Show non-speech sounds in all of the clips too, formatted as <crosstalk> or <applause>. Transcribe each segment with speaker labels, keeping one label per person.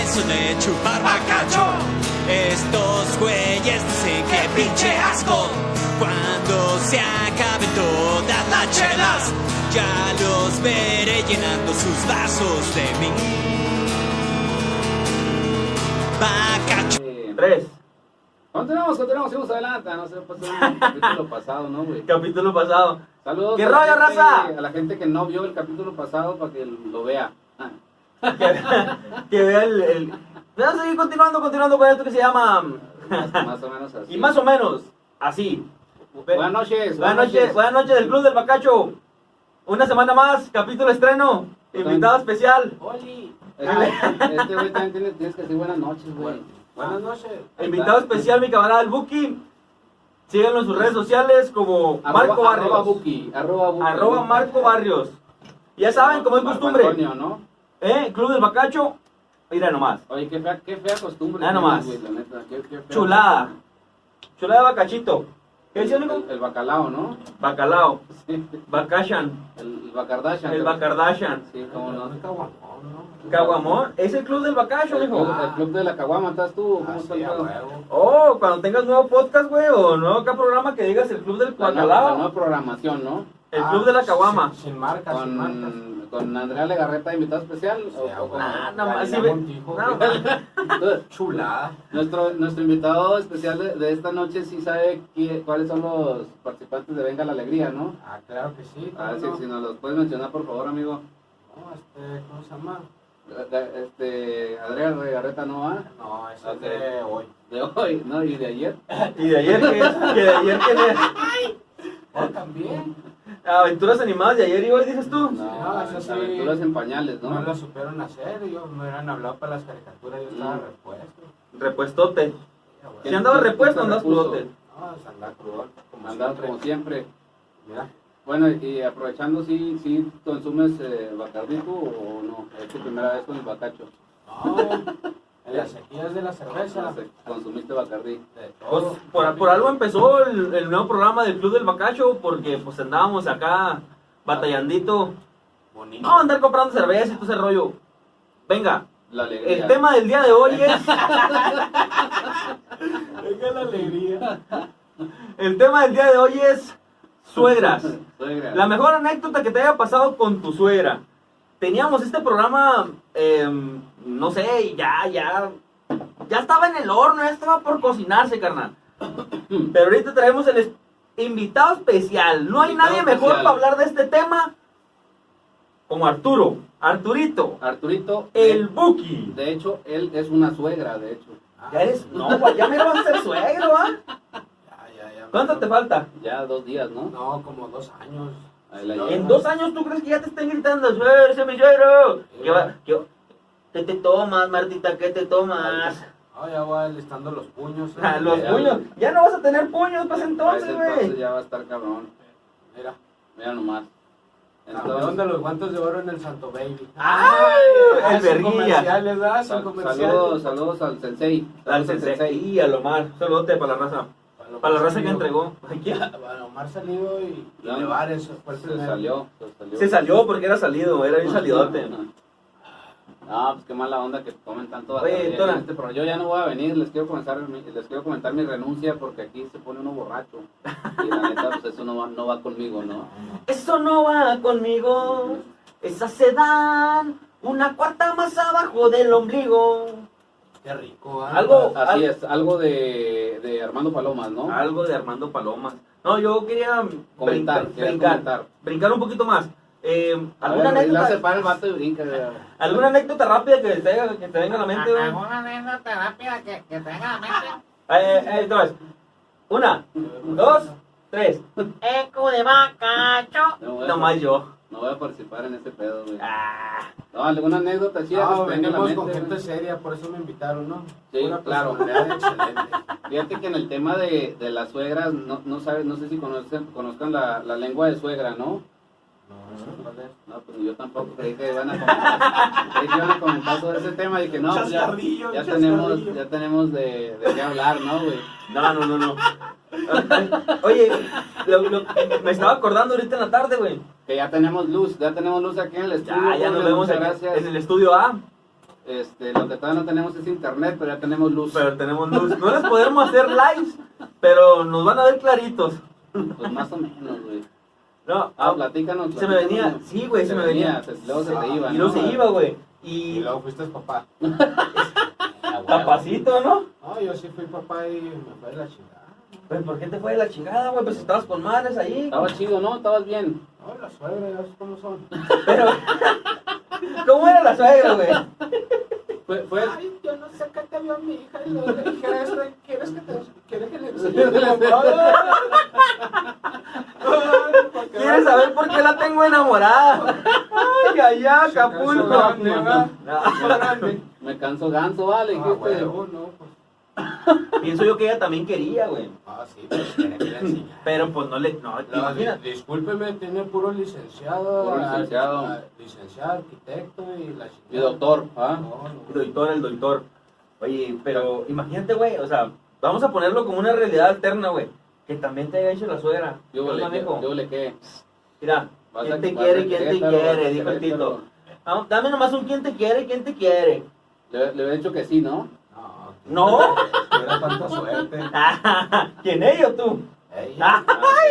Speaker 1: eso de chupar bacacho. Estos güeyes dicen que pinche asco. Cuando se acaben todas las chelas, ya los veré llenando sus vasos de mí. Bacacho.
Speaker 2: Eh, Tres.
Speaker 3: Continuamos, continuamos, seguimos adelante. No se pasó
Speaker 2: <laughs>
Speaker 3: el capítulo pasado, ¿no, güey?
Speaker 2: Capítulo pasado.
Speaker 3: Saludos.
Speaker 2: ¿Qué
Speaker 3: a la
Speaker 2: rollo,
Speaker 3: gente-
Speaker 2: raza?
Speaker 3: A la gente que no vio el capítulo pasado para que lo vea. Ah, <laughs>
Speaker 2: Que, que vea el, el- Vamos a seguir continuando, continuando con esto que se llama...
Speaker 3: Más, más o menos así.
Speaker 2: Y más o menos, así.
Speaker 3: Buenas noches.
Speaker 2: Buenas noches, buenas noches del Club del Bacacho. Una semana más, capítulo estreno, invitado especial.
Speaker 4: Oli,
Speaker 3: Este este güey también tiene- tienes que decir buenas noches, güey. Ah.
Speaker 4: buenas noches.
Speaker 2: Invitado especial, mi camarada el Buki. Síganlo en sus redes sociales como Marco
Speaker 3: Arroba- Arroba
Speaker 2: Barrios.
Speaker 3: Buki. Arroba Buki.
Speaker 2: Arroba Marco Barrios. Ya saben, como es
Speaker 3: Marco
Speaker 2: costumbre,
Speaker 3: Antonio, ¿no?
Speaker 2: ¿eh? Club del Bacacho, mira nomás.
Speaker 3: Oye, qué fea, qué fea costumbre.
Speaker 2: Nada
Speaker 3: tienes,
Speaker 2: más.
Speaker 3: güey, la neta, qué- qué fea.
Speaker 2: Chulada. Chulada de Bacachito. ¿Qué dice, amigo?
Speaker 3: El, el bacalao, ¿no? <laughs>
Speaker 2: Bacalao.
Speaker 3: Sí.
Speaker 2: Bacachan.
Speaker 3: El bacardashan.
Speaker 2: El Bacardashan.
Speaker 3: Sí, cómo no.
Speaker 4: Está guapón, ¿no?
Speaker 2: Caguamón. Es el Club del Bacacho,
Speaker 3: El
Speaker 2: mijo.
Speaker 3: club, el club de la caguama, ¿estás tú? ¿Cómo está el
Speaker 4: Así, ah. a
Speaker 3: pedo?
Speaker 4: huevo.
Speaker 2: Oh, cuando tengas nuevo podcast, güey, o nuevo acá programa que digas el Club del
Speaker 3: La nueva, la
Speaker 2: Cuacalao,
Speaker 3: nueva programación, ¿no?
Speaker 2: el
Speaker 4: Ah,
Speaker 2: Club de la Caguama.
Speaker 4: Sin, sin marcas, sin marcas.
Speaker 3: Con, con Andrea Legarreta, invitado especial. o-
Speaker 4: Sí,
Speaker 3: o con-
Speaker 2: Ah, no más,
Speaker 4: Karina
Speaker 2: sí, ve-
Speaker 4: Montijo,
Speaker 2: no,
Speaker 4: güey.
Speaker 3: Chulada.
Speaker 4: <laughs> Chulada.
Speaker 3: Nuestro, nuestro invitado especial de, de esta noche sí sabe qui- cuáles son los participantes de Venga la Alegría, ¿no?
Speaker 4: Ah, claro que sí. cómo
Speaker 3: A ver
Speaker 4: no.
Speaker 3: si, si nos los puedes mencionar, por favor, amigo.
Speaker 4: No, este, ¿cómo se llama?
Speaker 3: Eh, eh, Este, Andrea Legarreta no va
Speaker 4: No, es
Speaker 3: Ok.
Speaker 4: el de hoy.
Speaker 3: de hoy, ¿no? Y de ayer.
Speaker 2: <laughs> Y de ayer que, que de ayer que de-
Speaker 4: Oh, también.
Speaker 2: aventuras animadas de ayer y hoy dices tú.
Speaker 3: No,
Speaker 4: eso sí.
Speaker 3: aventuras en pañales,
Speaker 4: No,
Speaker 3: ¿no?
Speaker 4: lo supieron hacer. Ellos me hubieran hablado para las caricaturas. Yo estaba
Speaker 3: Mm.
Speaker 4: repuesto.
Speaker 2: Repuestote.
Speaker 4: Ya, güey.
Speaker 2: Si andaba
Speaker 3: ¿Quién-
Speaker 2: repuesto,
Speaker 3: quién te
Speaker 2: andas
Speaker 3: repuso?
Speaker 2: crudote.
Speaker 4: No, se andaba crudo. Como
Speaker 3: Andar
Speaker 4: siempre.
Speaker 3: como siempre.
Speaker 2: <laughs>
Speaker 4: Mira,
Speaker 3: Bueno, y aprovechando, si si consumes eh, Bacardí tú o no? Es tu primera vez con el bacacho.
Speaker 4: no. En las sequías de la cerveza.
Speaker 3: No sé, Consumiste Bacardí.
Speaker 4: De
Speaker 2: Pues,
Speaker 4: todo.
Speaker 2: por, por algo empezó el, el nuevo programa del Club del Bacacho, porque pues andábamos acá batallandito.
Speaker 4: Bonito.
Speaker 2: Vamos a andar comprando cerveza y todo ese rollo. Venga,
Speaker 3: La alegría.
Speaker 2: el tema del día de hoy es...
Speaker 3: <laughs>
Speaker 4: Venga la alegría.
Speaker 2: El tema del día de hoy es suegras.
Speaker 3: Suegra.
Speaker 2: La mejor anécdota que te haya pasado con tu suegra. Teníamos este programa, em, no sé, ya, ya, ya estaba en el horno, ya estaba por cocinarse, carnal. Pero ahorita traemos el es- invitado especial. No hay
Speaker 3: Invitado
Speaker 2: nadie mejor
Speaker 3: especial.
Speaker 2: para hablar de este tema como Arturo, Arturito,
Speaker 3: Arturito.
Speaker 2: el Buki.
Speaker 3: De hecho, él es una suegra, de hecho.
Speaker 2: Ya eres, no, güey, ya me vas a ser suegro, ¿ah?
Speaker 4: Ya, ya, ya.
Speaker 2: ¿Cuánto te falta?
Speaker 3: Ya dos días, ¿no?
Speaker 4: No, como dos años.
Speaker 3: Ahí la
Speaker 4: No,
Speaker 3: llevas.
Speaker 2: En dos años tú crees que ya te estén gritando, suegro, mi suegro. ¿Qué, va- qué- qué te tomas, Martita? ¿Qué te tomas?
Speaker 4: no, ya voy alistando los puños. ¿eh?
Speaker 2: Ja, Ah, <laughs> Los
Speaker 3: Ya,
Speaker 2: puños. Ya no vas a tener puños, pues entonces,
Speaker 3: Pues entonces
Speaker 2: güey.
Speaker 3: ya va a estar cabrón.
Speaker 4: Mira.
Speaker 3: Mira nomás.
Speaker 4: Campeón de los guantes de oro en el Santo Baby.
Speaker 2: ¡Ay!
Speaker 4: Ah,
Speaker 2: El
Speaker 4: son
Speaker 2: verguilla.
Speaker 4: comerciales, ah, son
Speaker 3: sal-
Speaker 4: comerciales.
Speaker 3: saludos, saludos al sensei.
Speaker 2: Al
Speaker 3: Saludos
Speaker 2: sensei y a Lomar. Saludote para la raza.
Speaker 4: Palomar
Speaker 2: Para la raza que
Speaker 4: Salido.
Speaker 2: entregó. Ay, ¿quién?
Speaker 4: Palomar salido y, y
Speaker 3: Ya.
Speaker 4: Nevares fue el
Speaker 3: Se
Speaker 4: primero.
Speaker 3: salió, se salió.
Speaker 2: Se salió porque era salido, era bien salidote.
Speaker 3: Ah, pues qué mala onda que comen tanto.
Speaker 2: Oye,
Speaker 3: atardecer en
Speaker 2: Tona.
Speaker 3: este programa. yo ya no voy a venir, les quiero, comenzar, mi- les quiero comentar mi renuncia porque aquí se pone uno borracho. Y la neta, pues eso no va, no va conmigo, ¿no?
Speaker 2: Eso no va conmigo. Esa se dan una cuarta más abajo del ombligo.
Speaker 4: Qué rico. ah.
Speaker 2: Algo-
Speaker 3: Así
Speaker 2: al-
Speaker 3: es, algo de, de Armando Palomas, ¿no?
Speaker 2: Algo de Armando Palomas. No, yo quería
Speaker 3: Comentar,
Speaker 2: brincar,
Speaker 3: quería
Speaker 2: brincar,
Speaker 3: comentar.
Speaker 2: brincar un poquito más. Eh,
Speaker 3: A
Speaker 2: ¿alguna,
Speaker 3: ver, la
Speaker 2: anécdota,
Speaker 3: separa el vato y brinca. ya.
Speaker 2: ¿Alguna anécdota rápida que te, que te venga a la mente? güey?
Speaker 5: ¿Alguna anécdota rápida que, que tenga la mente?
Speaker 2: Eh, eh, entonces, una, dos, tres.
Speaker 5: Eco de bacacho.
Speaker 3: No, voy a-
Speaker 2: No más yo.
Speaker 3: no voy a participar en ese pedo, güey.
Speaker 2: Ah,
Speaker 3: No, alguna anécdota chida. que
Speaker 4: No,
Speaker 3: se te venga a la
Speaker 4: pues, venimos con
Speaker 3: mente,
Speaker 4: gente
Speaker 3: güey.
Speaker 4: seria, por eso me invitaron, ¿no?
Speaker 3: Sí,
Speaker 4: Una
Speaker 3: claro.
Speaker 4: personalidad excelente.
Speaker 3: Fíjate que en el tema de, de las suegras, no, no sabes, no sé si conocen, conozcan la, la lengua de suegra, ¿no?
Speaker 4: No, eso cuál es.
Speaker 3: No, pues yo tampoco creí que iban a comentar, <laughs> creí que iban a comentar sobre ese tema y que no, pues ya,
Speaker 4: Chascarrillo,
Speaker 3: ya
Speaker 4: chascarrillo.
Speaker 3: tenemos, ya tenemos de, de qué hablar, ¿no, güey?
Speaker 2: no, no, no, <laughs> no. Oye, lo- lo- me estaba acordando ahorita en la tarde, güey.
Speaker 3: Que ya tenemos luz, ya tenemos luz aquí en el estudio.
Speaker 2: Ya, ya nos
Speaker 3: güey,
Speaker 2: vemos
Speaker 3: muchas
Speaker 2: en,
Speaker 3: gracias.
Speaker 2: en el estudio A.
Speaker 3: Este, lo que todavía no tenemos es internet, pero ya tenemos luz.
Speaker 2: Pero tenemos luz. No les podemos hacer lives, pero nos van a ver claritos.
Speaker 3: Pues más o menos, güey.
Speaker 2: No,
Speaker 3: Ah,
Speaker 2: ah,
Speaker 3: platícanos.
Speaker 2: se me venía.
Speaker 3: platícanos.
Speaker 2: Sí, güey, se me venía. Ah,
Speaker 3: se- luego se te iba.
Speaker 2: Y no se iba, güey. Y
Speaker 4: Y luego fuiste papá.
Speaker 3: Ah, güey.
Speaker 2: tapacito, ¿no?
Speaker 4: No, Ah, yo sí fui papá y me fue de la chingada.
Speaker 2: Pues, ¿por qué te fue de la chingada, güey? Pues estabas con madres ahí.
Speaker 3: Estaba chido, ¿no? Estabas bien.
Speaker 4: No, la suegra, ya ves cómo son.
Speaker 2: Pero, <laughs> ¿cómo era la suegra, <laughs> güey?
Speaker 3: Fue, fue,
Speaker 4: Ay, yo no sé qué te vio mi hija y le dije esto. ¿Quieres que, te, ¿quieres que le enseñe
Speaker 3: enseñe tu
Speaker 2: ¿Quieres saber por qué la tengo enamorada? Ay, allá, Acapulco. Ah.
Speaker 3: grande,
Speaker 4: ¿verdad?
Speaker 2: No,
Speaker 3: me canso ganso, vale.
Speaker 4: Ah,
Speaker 3: dijiste.
Speaker 4: huevo, no, pues.
Speaker 2: Pienso yo que ella también quería, güey.
Speaker 4: Ah, sí, pues quería que le enseñara.
Speaker 2: Pero pues no le. No,
Speaker 4: No, di-
Speaker 2: imagínate.
Speaker 4: discúlpeme, tiene puro licenciado.
Speaker 3: Puro licenciado.
Speaker 4: ar- licenciado, arquitecto y la
Speaker 3: Y doctor, ¿ah?
Speaker 4: No, no.
Speaker 2: El doctor, el doctor. Oye, pero imagínate, güey. O sea, vamos a ponerlo como una realidad alterna, güey. Que también te haya hecho la suegra.
Speaker 3: Yo
Speaker 2: ¿Qué
Speaker 3: le
Speaker 2: onda,
Speaker 3: que,
Speaker 2: mijo?
Speaker 3: yo le que.
Speaker 2: Mira,
Speaker 3: Vas a-
Speaker 2: ¿quién te
Speaker 3: vas a
Speaker 2: quiere? ¿Quién te
Speaker 3: Querétaro, vas a
Speaker 2: quiere? Dijo el
Speaker 3: Querétaro.
Speaker 2: Tito. Ah, Dame nomás un quién te quiere, quién te quiere. <laughs>
Speaker 3: Le, le hubiera dicho que sí, ¿no?
Speaker 4: No,
Speaker 2: ¿No?
Speaker 4: Tuviera tanta <laughs> suerte.
Speaker 2: ¿Quién ellos tú?
Speaker 4: Ey,
Speaker 2: Ah,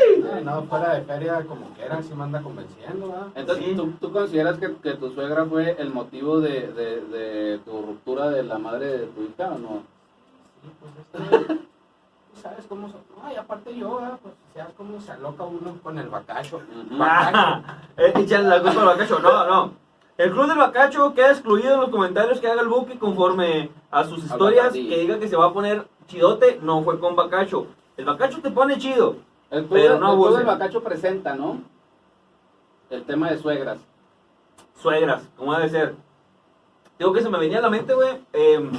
Speaker 4: eh, no, fuera de feria, como quiera, si me anda convenciendo, ¿verdad?
Speaker 3: Entonces,
Speaker 2: Sí.
Speaker 3: ¿tú, tú consideras que, que tu suegra fue el motivo de, de, de tu ruptura de la madre de tu hija o no?
Speaker 4: Sí, pues es que, tú sabes cómo son. No, y aparte yo, ¿verdad? Pues sabes cómo se aloca uno con el bacacho.
Speaker 3: Ujú.
Speaker 2: Ah, <laughs> eh, Echan la culpa al bacacho. No, no. El club del bacacho queda excluido en los comentarios que haga el buque conforme a sus historias
Speaker 3: Bacardí.
Speaker 2: que diga que se va a poner chidote. No fue con bacacho. El bacacho te pone chido.
Speaker 3: El club,
Speaker 2: Pero
Speaker 3: el
Speaker 2: no
Speaker 3: club
Speaker 2: abusen.
Speaker 3: del Bacacho presenta, ¿no? El tema de suegras.
Speaker 2: Suegras, como debe ser. Digo que se me venía a la mente, güey. eh,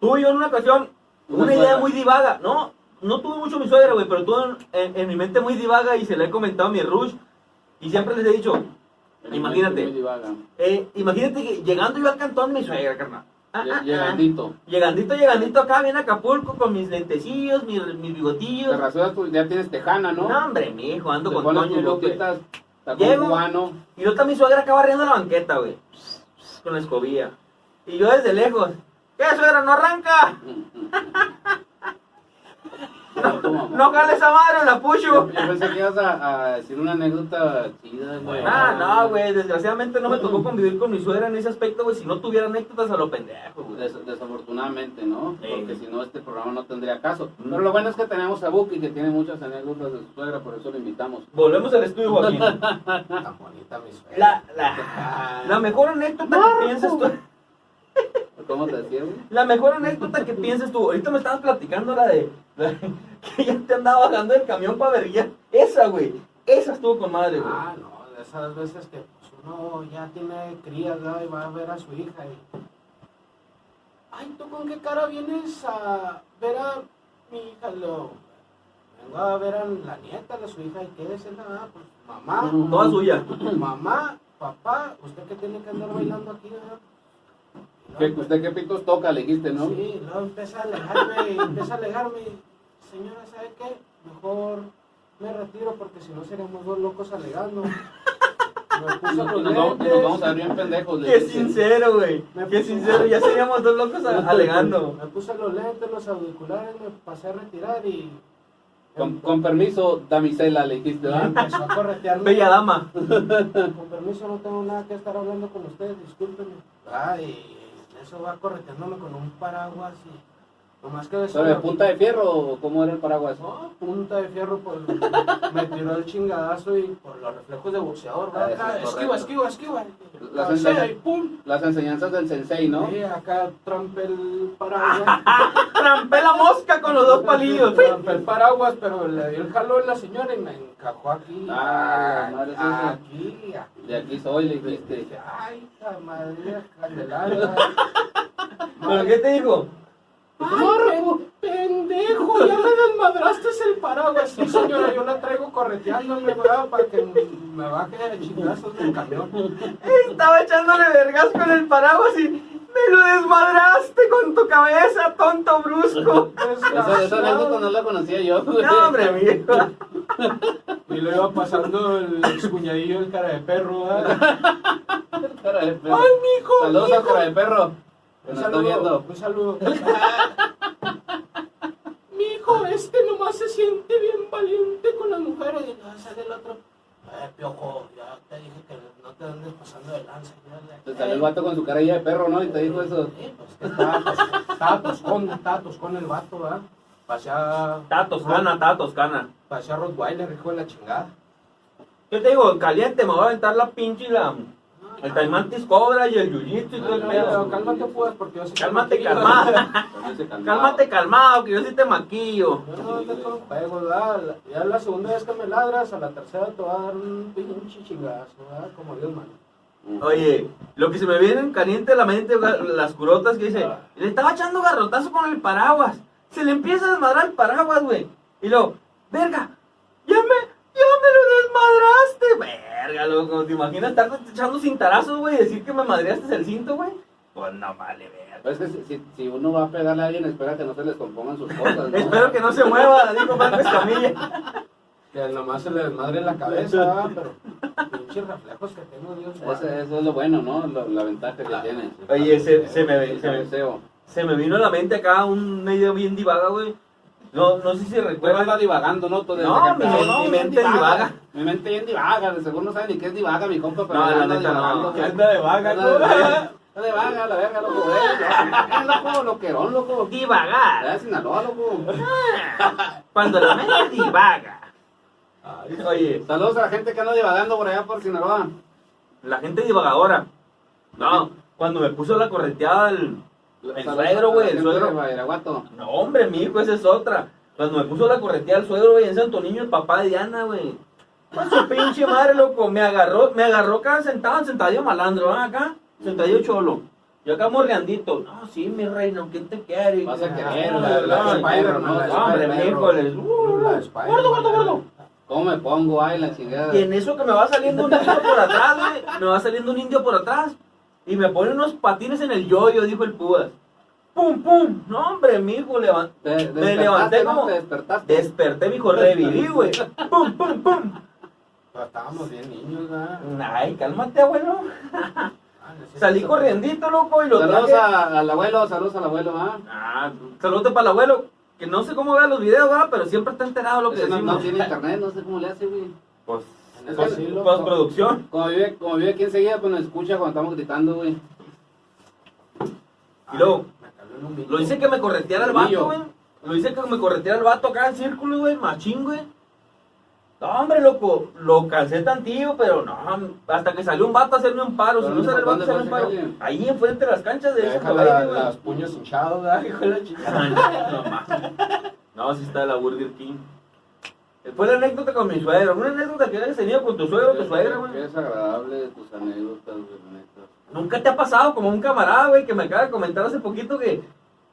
Speaker 2: tuve yo en una ocasión
Speaker 3: Una
Speaker 2: una, idea
Speaker 3: suegra.
Speaker 2: muy divaga. No, no tuve mucho mi suegra, güey, pero tuve en, en- en mi mente muy divaga y se la he comentado a mi Rush. Y siempre les he dicho,
Speaker 3: El
Speaker 2: Imagínate.
Speaker 3: muy divaga.
Speaker 2: eh, imagínate que llegando yo al cantón de mi suegra, carnal. Ah, ah,
Speaker 3: Lle-
Speaker 2: ah.
Speaker 3: Llegandito.
Speaker 2: Llegandito, llegandito acá, bien a Acapulco con mis lentecillos, mis, mis bigotillos.
Speaker 3: Te rasuras tu- ya tienes tejana, ¿no?
Speaker 2: No, hombre, mi hijo, ando
Speaker 3: Te
Speaker 2: con
Speaker 3: pones
Speaker 2: Toño y
Speaker 3: tus
Speaker 2: Lupe.
Speaker 3: botitas, tacón
Speaker 2: Llego.
Speaker 3: cubano.
Speaker 2: <laughs>
Speaker 3: <laughs>
Speaker 2: Y yo mi suegra acá barriendo la banqueta, güey. Con la escobilla. Y yo desde lejos. ¿Qué suegra? ¡No arranca! ¡No jale esa madre, la pucho!
Speaker 3: Yo pensé que ibas a, a decir una anécdota chida, güey.
Speaker 2: Ah, no, güey. Desgraciadamente no me tocó convivir con mi suegra en ese aspecto, güey. Si no tuviera anécdotas a lo pendejo, güey.
Speaker 3: Des- desafortunadamente, ¿no?
Speaker 2: Sí.
Speaker 3: Porque si no, este programa no tendría caso.
Speaker 2: Mm.
Speaker 3: Pero lo bueno es que tenemos a Buki, que tiene muchas anécdotas de su suegra, por eso lo invitamos.
Speaker 2: Volvemos al estudio, Joaquín.
Speaker 4: Tan bonita mi suegra.
Speaker 2: <laughs> La, la,
Speaker 4: Ah,
Speaker 2: la mejor anécdota que piensas tú.
Speaker 3: ¿Cómo te decía,
Speaker 2: <laughs>
Speaker 3: güey?
Speaker 2: La mejor anécdota que pienses tú, ahorita me estabas platicando la de, la de <laughs> que ya te andaba bajando del camión para verguía. Esa, güey. Esa estuvo con madre, güey.
Speaker 4: Ah, no, de esas veces que pues, uno ya tiene crías ¿verdad? y va a ver a su hija y... Ay, ¿tú con qué cara vienes a ver a mi hija? Lo... Vengo a ver a la nieta de su hija y qué es nada, pues mamá,
Speaker 3: No.
Speaker 2: Toda suya.
Speaker 3: Mm.
Speaker 4: mamá, papá, usted que tiene que andar bailando aquí, ah?" ¿verdad?
Speaker 3: Que usted qué pitos toca, le dijiste, ¿no?
Speaker 4: Sí, luego empieza a alejarme, empieza a alejarme. Señora, ¿sabe qué? Mejor me retiro porque si no seríamos dos locos alegando. Me
Speaker 3: Y
Speaker 4: puso
Speaker 3: nos,
Speaker 4: los
Speaker 3: y nos vamos, y nos
Speaker 4: lentes,
Speaker 3: vamos a ver bien pendejos. le
Speaker 2: Qué
Speaker 3: dijiste.
Speaker 2: sincero, güey. Qué sincero. Ya seríamos dos locos a- alegando.
Speaker 4: me puse los lentes, los auriculares, me pasé a retirar y
Speaker 3: Con, con permiso, damisela, le dijiste,
Speaker 4: y
Speaker 2: <laughs>
Speaker 3: ¿verdad?
Speaker 4: empezó a corretearme.
Speaker 2: Bella dama.
Speaker 4: Con permiso, no tengo nada que estar hablando con ustedes, discúlpenme. Ay, eso va correteándome con un paraguas y... Nomás que eso
Speaker 3: ¿Pero de
Speaker 4: me-
Speaker 3: punta de fierro o cómo era el paraguas?
Speaker 4: No, punta de fierro, pues me tiró el chingadazo y por los reflejos de boxeador,
Speaker 3: Ah,
Speaker 4: ¿verdad?
Speaker 3: eso es
Speaker 4: Acá, esquiva,
Speaker 3: correcto.
Speaker 4: esquiva, esquiva.
Speaker 3: La
Speaker 4: Cabecea
Speaker 3: sensación.
Speaker 4: y pum.
Speaker 3: Las enseñanzas del sensei, ¿no?
Speaker 4: Sí, acá trompe el <laughs> paraguas.
Speaker 2: Trampé la mosca con los dos palillos.
Speaker 4: Trompe el paraguas, pero le dio el jalón la señora y me encajó aquí.
Speaker 3: Ah, la madre es esa.
Speaker 4: aquí, aquí.
Speaker 3: De aquí soy, le
Speaker 4: Y
Speaker 3: dijiste.
Speaker 2: <laughs>
Speaker 4: dije, ay, la madre, candelaria.
Speaker 2: ¿Pero qué te dijo?
Speaker 4: ¡Ay, pe- pendejo! Ya me desmadraste el paraguas. Sí, señora, yo la traigo correteándome, ¿verdad? Para que me baje de chingazos del camión.
Speaker 2: Estaba echándole vergas con el paraguas y me lo desmadraste con tu cabeza, tonto brusco.
Speaker 4: Desgraciado.
Speaker 3: Esa, esa anécdota no la conocía yo. güey.
Speaker 2: No, hombre, mi hijo.
Speaker 4: Y lo iba pasando el
Speaker 3: <laughs>
Speaker 4: excuñadillo, el cara de perro, ¿verdad?
Speaker 3: Cara de perro. Saludos a cara de perro. Nos
Speaker 4: Un
Speaker 3: está
Speaker 4: saludo,
Speaker 3: viendo.
Speaker 4: Un saludo. Mi hijo este nomás se siente bien valiente con las mujeres. Y no, sale el otro. Eh, piojo, ya te dije que no te andes pasando de lanza.
Speaker 3: Te salió el vato con su carilla de perro, ¿no? Y te dijo eso.
Speaker 4: Sí, pues que estaba, pues, estaba toscón, estaba toscón el vato, ¿verdad? Pasea.
Speaker 2: Está toscana, está toscana.
Speaker 4: Pasea Rottweiler, hijo de la chingada.
Speaker 2: Yo te digo, en caliente me voy a aventar la pinche y la. El Taimantis Cobra y el Yuyito y todo el
Speaker 3: No,
Speaker 2: pedo.
Speaker 3: no,
Speaker 4: cálmate, pues, porque yo sé que
Speaker 2: Cálmate,
Speaker 4: no te- <laughs>
Speaker 2: calmado.
Speaker 3: También se calmaba.
Speaker 2: Cálmate, calmado, que yo sí te maquillo.
Speaker 4: Yo no te con juegos, ¿verdad? La- Ya la segunda vez que me ladras, a la tercera te va a dar un pinche chingazo, ¿verdad? Como Dios manda.
Speaker 3: Ujú.
Speaker 2: Oye, lo que se me viene en caliente a la mente, ga- las curotas que dice, le estaba echando garrotazo con el paraguas. Se le empieza a desmadrar el paraguas, güey. Y luego, verga, ya me, ya me lo desmadraste. Verga, loco, ¿te imaginas estar echando cintarazos, güey, y decir que me madreaste el cinto, güey? Pues no vale, verga.
Speaker 3: Pero Es que si, si- si uno va a pegarle a alguien, espera que no se les compongan sus cosas. ¿no?
Speaker 2: Espero que no se mueva, <laughs> dijo Marco Escamilla.
Speaker 4: Que nomás se le desmadre la cabeza, ¿verdad? Pero pinches reflejos que tengo, Dios
Speaker 3: Eso,
Speaker 4: guarde.
Speaker 3: eso es lo bueno, ¿no? Lo- la ventaja que tiene.
Speaker 2: Oye, se, se me ve,
Speaker 3: El
Speaker 2: se me,
Speaker 3: cabeceo.
Speaker 2: se me vino a la mente acá un medio bien divaga, güey. No, no sé si
Speaker 3: Usted anda
Speaker 2: recuerdas.
Speaker 3: divagando, ¿no? Todo desde
Speaker 2: No,
Speaker 3: que empezó.
Speaker 2: mi-
Speaker 3: bien
Speaker 2: mi mente divaga.
Speaker 3: Mi mente bien divaga, de seguro no sabe ni qué es divaga, mi compa, pero
Speaker 2: No,
Speaker 3: ya
Speaker 2: la
Speaker 3: anda
Speaker 2: neta,
Speaker 3: divagando,
Speaker 2: no.
Speaker 3: güey.
Speaker 2: Anda de vaga,
Speaker 3: Anda
Speaker 4: <laughs>
Speaker 3: de vaga. Anda de vaga, la verga, loco, güey. Eh, loco, loquerón, loco.
Speaker 2: Divagar.
Speaker 5: <laughs>
Speaker 3: Allá de Sinaloa, loco.
Speaker 2: Cuando la mente divaga. Oye,
Speaker 3: Saludos a la gente que anda divagando por allá por Sinaloa.
Speaker 2: la gente divagadora. No, cuando me puso la correteada el, el
Speaker 3: Saludos
Speaker 2: suegro, güey,
Speaker 3: a la
Speaker 2: el
Speaker 3: gente de
Speaker 2: suegro.
Speaker 3: Badiraguato.
Speaker 2: No, hombre, mi hijo, esa es otra. Cuando me puso la correteada el suegro, güey, en Santo Niño, el papá de Diana, güey. Con su pinche madre, loco, me agarró, me agarró acá sentado, sentadillo malandro, ¿ah? acá, sentadillo cholo. Yo acá morreandito, no, sí, mi reino, ¿qué te quiere?
Speaker 3: Vas a querer,
Speaker 2: Ah,
Speaker 3: la- la
Speaker 2: no,
Speaker 3: de Spider-Man,
Speaker 2: no,
Speaker 3: la de
Speaker 2: hombre,
Speaker 3: Spider-Man.
Speaker 2: miércoles. Uh,
Speaker 4: La de Spider-Man.
Speaker 2: Gordo, gordo, gordo.
Speaker 3: ¿Cómo me pongo? Ay, la chingada.
Speaker 2: Y en eso que me va saliendo un indio por atrás, güey. Me va saliendo un indio por atrás. Y me pone unos patines en el yoyo, dijo el Pudas. ¡Pum, pum! No, hombre, mijo, levan-
Speaker 3: Te-
Speaker 2: Me
Speaker 3: despertaste,
Speaker 2: levanté
Speaker 3: ¿no?
Speaker 2: como.
Speaker 3: Te
Speaker 2: <laughs>
Speaker 3: despertaste.
Speaker 2: Desperté, mijo, reviví, güey. ¡Pum, pum, pum!
Speaker 4: Pero estábamos bien niños, ¿verdad?
Speaker 2: Ay, cálmate, abuelo.
Speaker 4: Ah, no es
Speaker 2: Salí
Speaker 4: cierto.
Speaker 2: corriendito, loco, y lo
Speaker 3: Saludos
Speaker 2: traje.
Speaker 3: a- al abuelo, saludos al abuelo, ¿ah?
Speaker 2: Ah, saludos para el abuelo, que no sé cómo vea los videos, ¿verdad? Pero siempre está enterado de lo que
Speaker 3: Ese no, no
Speaker 2: decimos.
Speaker 3: tiene internet, no sé cómo le hace, güey.
Speaker 2: Pues,
Speaker 4: En
Speaker 3: es
Speaker 4: el
Speaker 3: que-
Speaker 4: asilo.
Speaker 2: postproducción.
Speaker 3: Como vive, como vive aquí enseguida, pues nos escucha cuando estamos gritando, güey.
Speaker 2: Y luego,
Speaker 4: Ah, Me caló el ombligo.
Speaker 2: Lo hice que me correteara el
Speaker 3: Yo.
Speaker 2: vato, güey. Lo hice que me correteara el vato acá en círculo, güey, machín, güey. No, hombre, loco, lo cansé tantillo, pero no, hasta que salió un vato a hacerme un paro. Si
Speaker 3: ¿Pero
Speaker 2: no
Speaker 3: dónde
Speaker 2: sale el
Speaker 3: fue?
Speaker 2: vato, sale un
Speaker 3: ¿Dónde fue
Speaker 2: paro.
Speaker 3: ese calle?
Speaker 2: Ahí enfrente de las canchas
Speaker 4: Me
Speaker 2: de ese
Speaker 4: deja
Speaker 2: caballo,
Speaker 4: la-
Speaker 2: güey.
Speaker 4: las puños hinchados, ¿verdad? Hijo de la chingada.
Speaker 2: Ay, <laughs> No, no, mames. No, sí está la Burger King. Fue la anécdota con mi suegro. ¿Una anécdota que hayas tenido con tu suegro o tu suegra, güey?
Speaker 3: Qué desagradable de tus anécdotas, güey, la neta.
Speaker 2: ¿Nunca te ha pasado como un camarada, güey, que me acaba de comentar hace poquito que,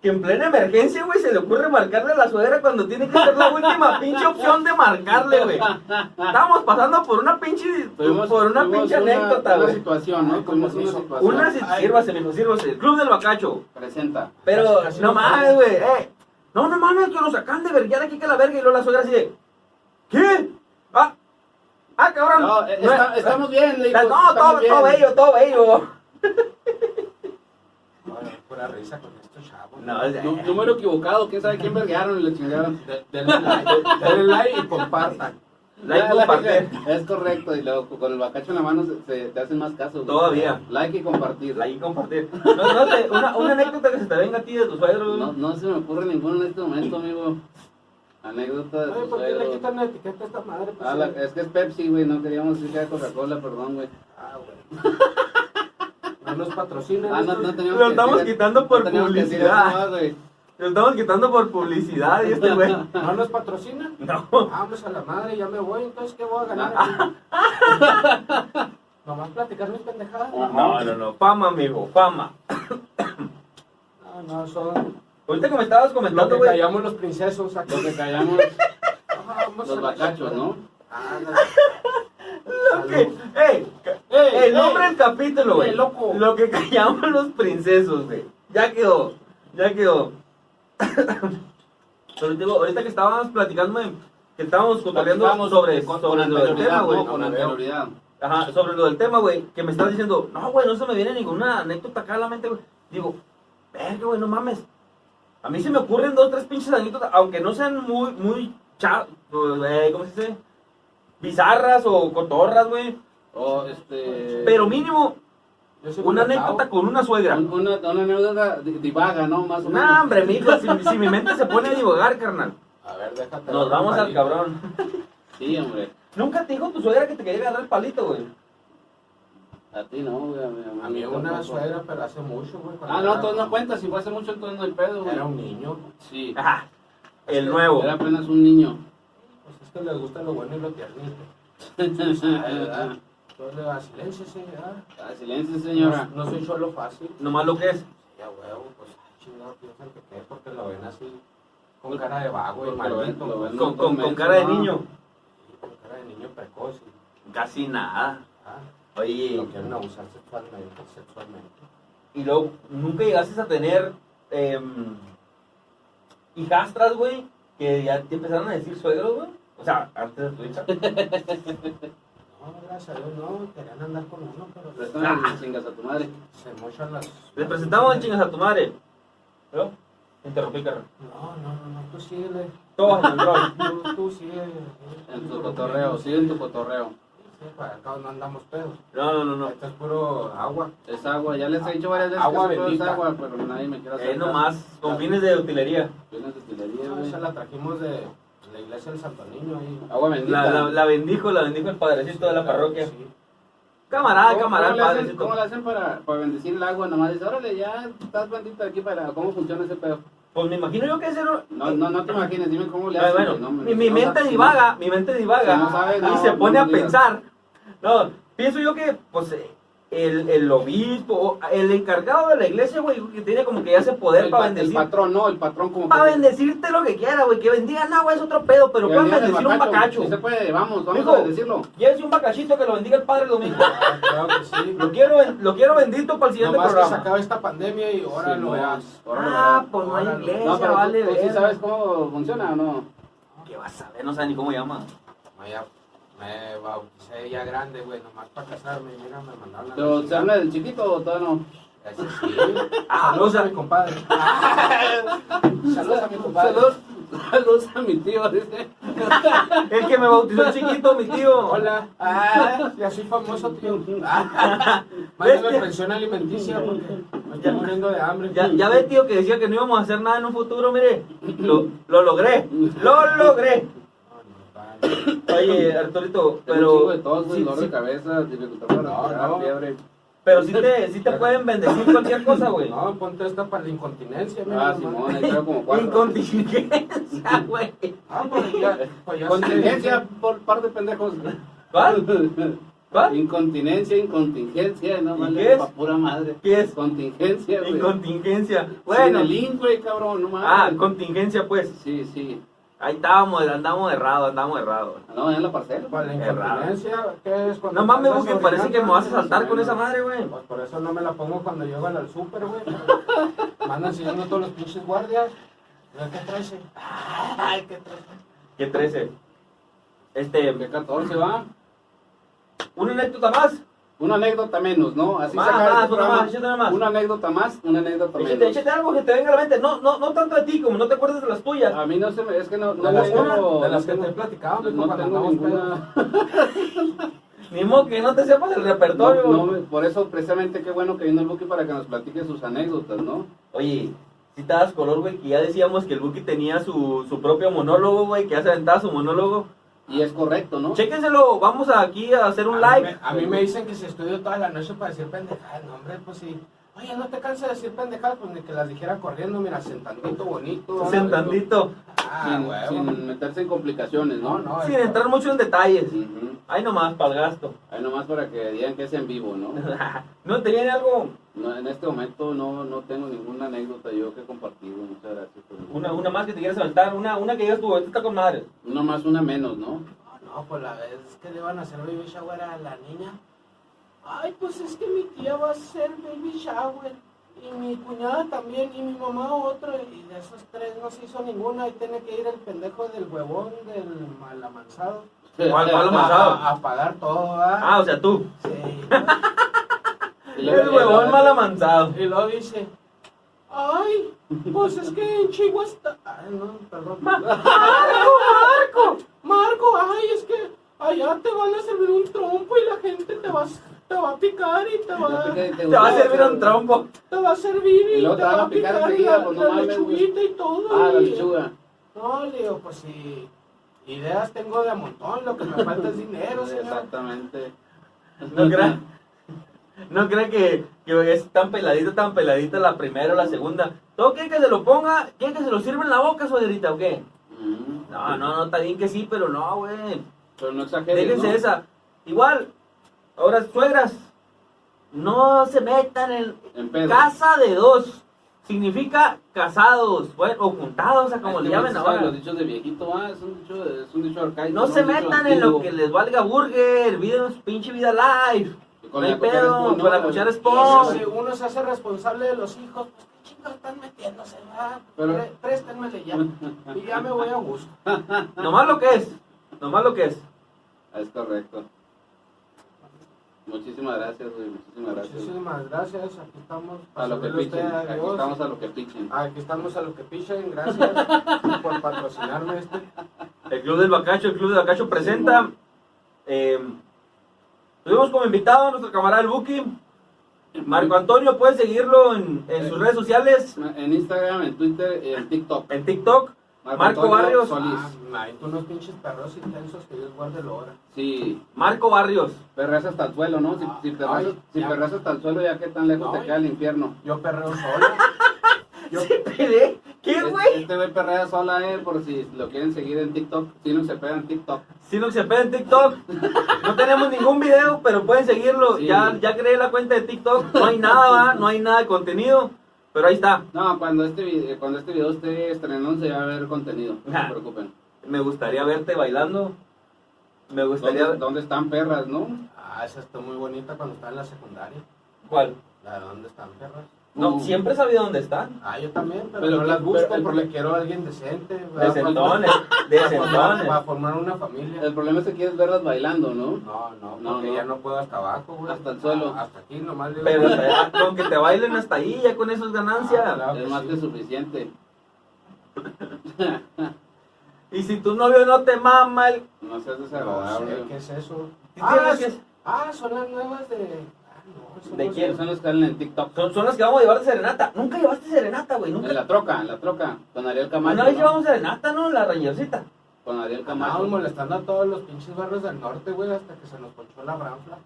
Speaker 2: que en plena emergencia, güey, se le ocurre marcarle a la suegra cuando tiene que ser la
Speaker 3: <laughs>
Speaker 2: última pinche opción de marcarle, güey? Estábamos pasando por una pinche,
Speaker 3: Tuvimos-
Speaker 2: por una
Speaker 3: tuvimos
Speaker 2: pinche anécdota,
Speaker 3: Una
Speaker 2: güey.
Speaker 3: situación, ¿no? Tuvimos una
Speaker 4: permiso.
Speaker 3: situación.
Speaker 2: Una, si- sírvase, mijo, sírvase. Club del Bacacho.
Speaker 3: Presenta.
Speaker 2: Pero,
Speaker 4: Casi, casi
Speaker 2: no
Speaker 4: no
Speaker 2: mames,
Speaker 4: pasa.
Speaker 2: güey, eh. No, no mames, que nos sacan de verguear aquí que la verga y luego la suegra así de... ¿Qué? Ah, ah, cabrón.
Speaker 3: No, eh, está-
Speaker 2: No,
Speaker 3: estamos bien, le digo,
Speaker 2: no,
Speaker 3: estamos
Speaker 2: todo,
Speaker 3: bien.
Speaker 2: todo bello, todo bello.
Speaker 4: No, no, pura risa con estos chavos.
Speaker 2: No, o sea,
Speaker 3: Nú- Número equivocado, quién sabe quién verguearon y le
Speaker 2: <laughs>
Speaker 3: chingaron.
Speaker 4: De- Denle like, denle like y compartan.
Speaker 2: like, compartir.
Speaker 3: Es correcto, y luego con el bacacho en la mano se, se- te hacen más caso. güey.
Speaker 2: Todavía.
Speaker 3: Like y compartir.
Speaker 2: Like y compartir. No, no te- una, una anécdota que se te venga a ti de tu suegro.
Speaker 3: No,
Speaker 2: No.
Speaker 3: no se me ocurre ninguno en este momento, amigo. Anécdota de
Speaker 4: Oye,
Speaker 3: tu
Speaker 4: ¿por qué le
Speaker 3: suegro.
Speaker 4: quitan la etiqueta a esta madre? Pues,
Speaker 3: Ah, la- es que es Pepsi, güey, no queríamos decir que era Coca-Cola, perdón, güey.
Speaker 4: Ah, bueno. No nos patrocinan.
Speaker 3: Ah, no, no
Speaker 4: estos-
Speaker 3: teníamos
Speaker 2: Lo
Speaker 3: que
Speaker 2: estamos
Speaker 3: decir-
Speaker 2: quitando por
Speaker 3: teníamos que decir
Speaker 2: publicidad.
Speaker 3: eso, ah, güey.
Speaker 2: Lo estamos quitando por publicidad y este güey.
Speaker 4: ¿No nos patrocinan?
Speaker 2: No.
Speaker 4: Vamos a la madre, ya me voy, entonces ¿qué voy a ganar aquí? Nomás platicar mis pendejadas.
Speaker 2: No, no, no. Fama, amigo, fama.
Speaker 4: No, no, son
Speaker 2: Ahorita que me estabas
Speaker 4: lo
Speaker 2: comentando,
Speaker 4: que
Speaker 2: güey.
Speaker 4: callamos los princesos aquí.
Speaker 3: Lo que callamos
Speaker 4: Vamos a
Speaker 3: los
Speaker 4: la
Speaker 3: bacachos, ¿no?
Speaker 4: Ah, no.
Speaker 2: Lo que. ¡Ey! ca- el nombre del capítulo, güey.
Speaker 4: ey, loco.
Speaker 2: Lo que callamos los princesos, güey. Ya quedó. Ya quedó. Pero te digo, ahorita que estábamos platicando, güey, que estábamos cotorreando
Speaker 3: Platicamos
Speaker 2: sobre,
Speaker 3: con,
Speaker 2: sobre
Speaker 3: con
Speaker 2: lo del tema,
Speaker 3: anterioridad,
Speaker 2: güey.
Speaker 3: ¿no? Con anterioridad.
Speaker 2: Ajá, sobre lo del tema, güey, que me estás diciendo, no, güey, no se me viene ninguna anécdota acá a la mente, güey. Digo, verga, güey, no mames. A mí se me ocurren dos, tres pinches anécdotas, aunque no sean muy, muy, cha, eh, ¿cómo se dice? Bizarras o cotorras, güey.
Speaker 3: O este.
Speaker 2: Pero mínimo,
Speaker 4: Yo soy
Speaker 2: una
Speaker 4: un chavo.
Speaker 2: anécdota con una suegra.
Speaker 3: un- una, una anécdota di- divaga, ¿no? Más o menos.
Speaker 2: No, hombre, mijo, si, si mi mente se pone a divagar, carnal.
Speaker 4: A ver, déjate.
Speaker 2: Nos vamos al cabrón.
Speaker 3: Sí, hombre.
Speaker 2: Nunca te dijo tu suegra que te quería agarrar el palito, güey.
Speaker 3: A ti no, güey. A mí,
Speaker 4: A mí una
Speaker 3: tampoco.
Speaker 4: suegra, pero hace mucho, güey. cuando
Speaker 3: Ah, no,
Speaker 4: era-
Speaker 3: entonces no cuenta. Si fue hace mucho, entonces no hay pedo, güey.
Speaker 4: Era un niño.
Speaker 3: Sí.
Speaker 2: Ajá. El nuevo.
Speaker 3: Era apenas un niño.
Speaker 4: Pues es que le gusta lo bueno y lo tiernito.
Speaker 3: <laughs>
Speaker 4: ¿verdad?
Speaker 3: ah,
Speaker 4: Yo le da silencio, señora.
Speaker 3: silencio, señora.
Speaker 4: No, no soy solo fácil.
Speaker 2: Nomás lo que es.
Speaker 4: Ya, huevo, pues chingado, piensan que qué, porque lo ven así. Con cara de vago y
Speaker 3: Porque lo ven-
Speaker 4: maldito.
Speaker 3: lo ven-
Speaker 2: Con, con- con cara de
Speaker 3: No.
Speaker 2: niño.
Speaker 4: güey, Con cara de niño precoz. y,
Speaker 2: Casi nada.
Speaker 4: ah,
Speaker 2: Oye,
Speaker 4: Lo quieren abusar sexualmente. sexualmente.
Speaker 2: y luego nunca llegaste a tener em, hijastras, güey, que ya te empezaron a decir suegros, güey. O sea, antes de tu hija.
Speaker 4: No, gracias a Dios, no. Querían andar con uno, pero
Speaker 3: Préstame
Speaker 2: Ah.
Speaker 3: chingas a tu madre.
Speaker 4: se mochan las.
Speaker 2: Le presentamos el chingas a tu madre. ¿Pero? Interrumpí, carnal.
Speaker 4: No, no, no, no, tú síguele.
Speaker 2: Todos en el rol.
Speaker 4: Tú, tú síguele.
Speaker 3: En tu cotorreo, sí, en tu cotorreo.
Speaker 4: Sí, para acá no andamos pedos.
Speaker 2: No, no, no, no.
Speaker 4: Esto es puro agua.
Speaker 3: Es agua, ya les he dicho varias veces
Speaker 4: Agua
Speaker 3: que eso es
Speaker 4: bendita.
Speaker 3: agua, pero nadie me quiere hacer.
Speaker 2: Es nomás con fines de utilería.
Speaker 3: Vienes de destilería,
Speaker 4: No,
Speaker 3: güey.
Speaker 4: esa la trajimos de la iglesia del Santo Niño ahí.
Speaker 3: Agua bendita.
Speaker 2: La, la- la bendijo, la bendijo el padrecito de la parroquia.
Speaker 4: Sí.
Speaker 2: Camarada,
Speaker 3: ¿Cómo-
Speaker 2: ah, camarada,
Speaker 3: ¿Cómo
Speaker 2: el
Speaker 3: le hacen,
Speaker 2: padrecito.
Speaker 3: cómo le hacen para, para bendecir el agua? Nomás dice, órale, ya estás bendito aquí para. ¿Cómo funciona ese pedo?
Speaker 2: Pues me imagino yo que ese era-
Speaker 3: No, no, no te imagines, dime cómo le
Speaker 2: Ay,
Speaker 3: hacen.
Speaker 2: bueno,
Speaker 3: güey, no,
Speaker 2: mi,
Speaker 3: hombre,
Speaker 2: mi
Speaker 3: no
Speaker 2: mente
Speaker 3: sabes,
Speaker 2: divaga, mi mente divaga
Speaker 3: Si no sabes, no,
Speaker 2: y se
Speaker 3: no, no
Speaker 2: pone a
Speaker 3: digas.
Speaker 2: pensar. No, pienso yo que, pues, eh, el, el obispo, o el encargado de la iglesia, güey, que tiene como que ya ese
Speaker 3: no.
Speaker 2: poder
Speaker 3: El,
Speaker 2: para
Speaker 3: pa- el
Speaker 2: bendecir.
Speaker 3: patrón, no, el patrón como.
Speaker 2: Para bendecirte lo que quiera, güey, que bendigan agua es otro pedo, pero pueden bendecir un bacacho.
Speaker 3: Si se puede, vamos, vamos
Speaker 2: Mijo.
Speaker 3: a bendecirlo.
Speaker 2: Llévese un bacachito que lo bendiga el padre
Speaker 3: <laughs>
Speaker 2: el domingo.
Speaker 4: Ah, claro que sí.
Speaker 2: lo, quiero, ben- lo quiero bendito para el siguiente
Speaker 4: Nomás que se
Speaker 2: programa.
Speaker 4: acaba esta pandemia y ahora
Speaker 3: Sí,
Speaker 4: lo
Speaker 3: no,
Speaker 4: veas.
Speaker 3: órale,
Speaker 2: ah,
Speaker 3: órale.
Speaker 2: pues no hay
Speaker 4: Órale.
Speaker 2: iglesia,
Speaker 3: No, pero
Speaker 2: vale.
Speaker 3: tú, tú sí
Speaker 2: verga.
Speaker 3: sabes cómo funciona o no.
Speaker 2: ¿Qué vas a ver? No sabes ni cómo llama.
Speaker 4: Me, pues, ya- me bauticé ya grande, güey, nomás para casarme. y Mira, me mandaron la
Speaker 3: Pero se
Speaker 4: chingada.
Speaker 3: habla del chiquito o todavía no.
Speaker 4: Ese sí. <laughs>
Speaker 2: Ah,
Speaker 4: Saludos
Speaker 2: o sea-
Speaker 4: a mi compadre. Saludos a mi compadre.
Speaker 3: Saludos, saludos a mi tío, dice.
Speaker 2: El que me bautizó el chiquito, mi tío.
Speaker 4: Hola. Ah, ya soy famoso,
Speaker 2: <laughs>
Speaker 4: tío. Ah,
Speaker 2: ¿Ves
Speaker 4: Mándame
Speaker 2: que-
Speaker 4: pensión alimenticia porque me
Speaker 2: Ya-
Speaker 4: estoy muriendo de hambre.
Speaker 2: Ya, ya ves, tío, que decía que no íbamos a hacer nada en un futuro, mire. Lo, lo logré. Lo logré.
Speaker 4: No, no, vale.
Speaker 2: Oye, Arturito,
Speaker 3: Pero. Un chingo de
Speaker 2: pero.
Speaker 3: tos, güey,
Speaker 2: sí,
Speaker 3: dolor
Speaker 2: sí,
Speaker 3: de cabeza, dificultad para
Speaker 4: No,
Speaker 3: respirar,
Speaker 4: no.
Speaker 3: fiebre.
Speaker 2: pero sí te, sí te pueden bendecir cualquier
Speaker 3: <laughs>
Speaker 2: cosa, güey.
Speaker 4: No, ponte esta para la incontinencia, mira.
Speaker 3: Ah, Simón, ahí traigo como cuatro. <laughs>
Speaker 2: Incontingencia, güey.
Speaker 4: Ah, pues ya, pues ya
Speaker 3: Contingencia por par de pendejos.
Speaker 2: ¿Cuál?
Speaker 3: <laughs>
Speaker 2: ¿Cuál?
Speaker 3: Incontinencia, incontingencia, no
Speaker 2: ¿Y
Speaker 3: vale
Speaker 2: qué es?
Speaker 3: pa' pura madre.
Speaker 2: ¿Qué es?
Speaker 3: Contingencia, güey.
Speaker 2: Incontingencia.
Speaker 3: Bueno,
Speaker 2: Bueno.
Speaker 3: el link, güey, cabrón, no mames.
Speaker 2: Ah, contingencia, pues.
Speaker 3: Sí, sí. Ah,
Speaker 2: Ahí estábamos, andamos errados, andamos errados.
Speaker 3: No, en la parcela.
Speaker 4: Para la incontinencia, ¿qué es cuando
Speaker 2: No mames,
Speaker 4: andas
Speaker 2: güey, que parece que me vas a
Speaker 4: orinando?
Speaker 2: saltar con esa madre, güey.
Speaker 4: Pues por eso no me la pongo cuando llego al al súper, güey. Me andan siguiendo todos los pinches guardias. Mira, ¿Qué traes? eh? Ay, ¿qué traes?
Speaker 2: ¿Qué 13? Este,
Speaker 3: De 14 va.
Speaker 2: una anécdota más.
Speaker 3: Una anécdota menos, ¿no? Así
Speaker 2: Más,
Speaker 3: se acaba
Speaker 2: más,
Speaker 3: este
Speaker 2: una
Speaker 3: programa.
Speaker 2: pues, más, échate una más.
Speaker 3: Una anécdota más, una anécdota
Speaker 2: Échate,
Speaker 3: menos.
Speaker 2: Pues, échate algo que te venga a la mente. No, no, no tanto de ti, como no te acuerdas de las tuyas.
Speaker 3: A mí no se me, es que no, no
Speaker 4: De las,
Speaker 3: tengo-
Speaker 4: que, de las
Speaker 3: no
Speaker 4: que te he
Speaker 3: tengo-
Speaker 4: platicado, güey,
Speaker 3: no
Speaker 4: cuando
Speaker 3: tengo
Speaker 4: andamos pedos.
Speaker 3: ninguna.
Speaker 2: Ni modo que no te sepas el
Speaker 3: No,
Speaker 2: repertorio.
Speaker 3: no, por eso precisamente qué bueno que vino el Buki para que nos platique sus anécdotas, ¿no?
Speaker 2: Oye, si te das color, güey, que ya decíamos que el Buki tenía su, su propio monólogo, güey, que hace aventaba su monólogo.
Speaker 3: Y es correcto, ¿no?
Speaker 2: Chéquenselo, vamos a aquí a hacer un
Speaker 4: A mí
Speaker 2: live.
Speaker 4: me- A mí, me dicen que se estudió toda la noche para decir pendejadas. No, hombre, pues sí. Oye, no te cansas de decir pendejadas, pues ni que las dijera corriendo, mira, sentandito bonito. ah,
Speaker 2: Sentandito,
Speaker 4: Ah,
Speaker 3: Sin,
Speaker 4: huevo.
Speaker 3: sin meterse en complicaciones, ¿no?
Speaker 4: No, no.
Speaker 2: sin entrar mucho en detalles.
Speaker 3: Ujú.
Speaker 2: Ahí nomás, para el gasto.
Speaker 3: Ahí nomás para que digan que es en vivo, ¿no?
Speaker 2: ¿No te viene algo,
Speaker 3: No, en este momento no, no tengo ninguna anécdota yo que compartir, güey. muchas gracias. por-
Speaker 2: una, una más que te quieras aventar? Una, una que digas tú, esta está con madre.
Speaker 3: Una más, una menos, ¿no?
Speaker 4: No, pues la vez que le van a hacer baby shower a la niña. Ay, pues es que mi tía va a hacer baby shower. Y mi cuñada también, y mi mamá otro. Y de esos tres no se hizo ninguna. Y tiene que ir el pendejo del huevón, del malamanzado.
Speaker 2: ¿Cuál-
Speaker 3: <laughs>
Speaker 2: cuál
Speaker 4: A,
Speaker 2: Malamanzado?
Speaker 4: a, a pagar todo, ¿verdad?
Speaker 2: Ah, o sea, tú.
Speaker 4: Sí.
Speaker 3: Y
Speaker 2: El
Speaker 3: luego-
Speaker 2: huevón mal amansado.
Speaker 4: Y luego dice, Ay, pues es que en Chihuahua está. Ay, no, perdón. <laughs> Marco, Marco, ay, es que allá te van a servir un trompo y la gente te va, a- te va a picar y te va,
Speaker 3: Te
Speaker 4: te
Speaker 2: Te va a servir un trompo.
Speaker 4: va a servir y,
Speaker 3: Y luego
Speaker 4: te va a picar,
Speaker 3: enseguida,
Speaker 4: la,
Speaker 3: pues, no
Speaker 4: la
Speaker 3: mames, güey.
Speaker 4: lechuguita y todo.
Speaker 3: Ah, la
Speaker 4: y-
Speaker 3: lechuga.
Speaker 4: No, le digo, pues sí. Ideas tengo de montón, lo que me falta es
Speaker 3: <laughs>
Speaker 4: dinero, señor.
Speaker 3: Exactamente.
Speaker 2: No crea, no crea que, que es tan peladita, tan peladita la primera o la segunda. ¿Todo quiere que se lo ponga? ¿Quiere que se lo sirva en la boca, suegrita, o qué?
Speaker 3: <laughs> Mm.
Speaker 2: No, no, no, está bien que sí, pero no, güey.
Speaker 3: Pero no exageres,
Speaker 2: Déjense
Speaker 3: ¿no?
Speaker 2: esa. Igual, ahora suegras, no se metan en
Speaker 3: En pedo.
Speaker 2: casa de dos. Significa casados, bueno, o juntados, o sea, como
Speaker 3: Es
Speaker 2: le
Speaker 3: que
Speaker 2: llamen
Speaker 3: muchos
Speaker 2: ahora.
Speaker 3: saben Los dichos de viejito, ah, es un dicho, es un dicho arcaico.
Speaker 2: No se
Speaker 3: Un dicho
Speaker 2: metan en lo
Speaker 3: antiguo.
Speaker 2: que les valga burger, viven su pinche vida live.
Speaker 3: Y
Speaker 2: no hay
Speaker 3: cuchara
Speaker 2: pedo,
Speaker 3: spoon,
Speaker 2: con la cuchara
Speaker 4: Y
Speaker 2: spoon.
Speaker 3: Oh.
Speaker 4: eso,
Speaker 2: No.
Speaker 4: si uno se hace responsable de los hijos, pues qué chicos están metiéndose, va.
Speaker 3: Pero-
Speaker 4: Pre- préstenmele ya. Y ya me voy a gusto.
Speaker 2: Nomás lo que es, nomás lo que es.
Speaker 3: Es correcto. Muchísimas gracias, güey. Muchísimas gracias.
Speaker 4: Muchísimas gracias. Aquí estamos. para
Speaker 3: A lo que
Speaker 4: servirle a
Speaker 3: pichen.
Speaker 4: usted,
Speaker 3: Aquí
Speaker 4: adiós.
Speaker 3: estamos a lo que pichen.
Speaker 4: Aquí estamos a lo que pichen. Gracias <laughs> por patrocinarme este.
Speaker 2: El Club del Bacacho, el Club del Bacacho presenta. eh, tuvimos como invitado a nuestro camarada el Buki. Marco Antonio, puedes seguirlo en, en sus redes sociales,
Speaker 3: En Instagram, en Twitter y en TikTok.
Speaker 2: en TikTok. Marco
Speaker 3: Antonio
Speaker 2: Barrios.
Speaker 3: Solís.
Speaker 4: Ah, ay, tú unos pinches perros intensos que Dios guarde la hora.
Speaker 3: Sí,
Speaker 2: Marco
Speaker 3: <laughs>
Speaker 2: Barrios.
Speaker 3: perras hasta el suelo, ¿no? Si,
Speaker 4: Ah,
Speaker 3: si, perras,
Speaker 4: ay,
Speaker 3: si
Speaker 4: ya.
Speaker 3: perras hasta el suelo, ya que tan lejos
Speaker 4: No,
Speaker 3: te queda el infierno.
Speaker 4: Yo perreo solo.
Speaker 3: <laughs>
Speaker 4: Yo,
Speaker 2: ¿Se peleé? ¿Qué,
Speaker 3: Este-
Speaker 2: güey?
Speaker 3: Este güey perrea sola, eh, por si lo quieren seguir en TikTok. Si no se pega en TikTok.
Speaker 2: Si no se pega en TikTok. No tenemos ningún video, pero pueden seguirlo.
Speaker 3: Sí.
Speaker 2: Ya, ya creé la cuenta de TikTok. No hay nada, ¿va? no hay nada de contenido. Pero ahí está.
Speaker 3: No, cuando este, vi- cuando este video esté estrenándose ya va a haber contenido, no
Speaker 4: Ah.
Speaker 2: Ajá.
Speaker 3: se preocupen.
Speaker 2: Me gustaría verte bailando. Me gustaría.
Speaker 3: ¿Dónde, dónde están perras, no?
Speaker 4: ah, esa está muy bonita cuando estaba en la secundaria.
Speaker 2: ¿Cuál?
Speaker 4: La de dónde están perras.
Speaker 2: No,
Speaker 3: Uh.
Speaker 2: siempre he sabido dónde están.
Speaker 4: Ah, yo también, pero,
Speaker 3: Pero
Speaker 4: no
Speaker 3: que-
Speaker 4: las busco
Speaker 3: pero el-
Speaker 4: porque quiero a alguien decente. ¿verdad?
Speaker 2: Desde entonces, <laughs> desde
Speaker 4: Para formar,
Speaker 2: entonces.
Speaker 4: para formar una familia.
Speaker 3: El problema es que quieres verlas bailando, ¿no?
Speaker 4: No, no,
Speaker 3: No,
Speaker 4: porque
Speaker 3: no.
Speaker 4: ya no puedo hasta abajo, güey.
Speaker 3: Hasta el suelo.
Speaker 4: Ah, hasta aquí nomás le
Speaker 2: Pero eh, con que te bailen hasta ahí, ya con eso es
Speaker 4: Ah,
Speaker 2: ganancia.
Speaker 4: claro que
Speaker 3: es más
Speaker 4: sí.
Speaker 3: que suficiente.
Speaker 2: Y si tu novio no te mama, el...
Speaker 3: No seas
Speaker 4: "Ah, No
Speaker 3: desagradable.
Speaker 4: sé, ¿Qué es eso?
Speaker 2: ¿Qué
Speaker 4: Ah,
Speaker 2: tienes
Speaker 4: es- ah, son las nuevas de. Ah, no, son
Speaker 2: ¿De
Speaker 4: las-
Speaker 2: quién?
Speaker 3: Son los que salen en TikTok.
Speaker 2: son, son las que vamos a llevar de serenata. Nunca llevaste serenata, güey.
Speaker 3: En
Speaker 2: Nunca.
Speaker 3: la troca, en la troca. Con Ariel Camacho.
Speaker 2: Una vez
Speaker 3: ¿no?
Speaker 2: llevamos serenata, ¿no? La rañercita.
Speaker 3: Con Ariel Camacho.
Speaker 4: Andábamos molestando Ah, a todos los pinches barrios del norte, güey, hasta que se nos ponchó la ranfla.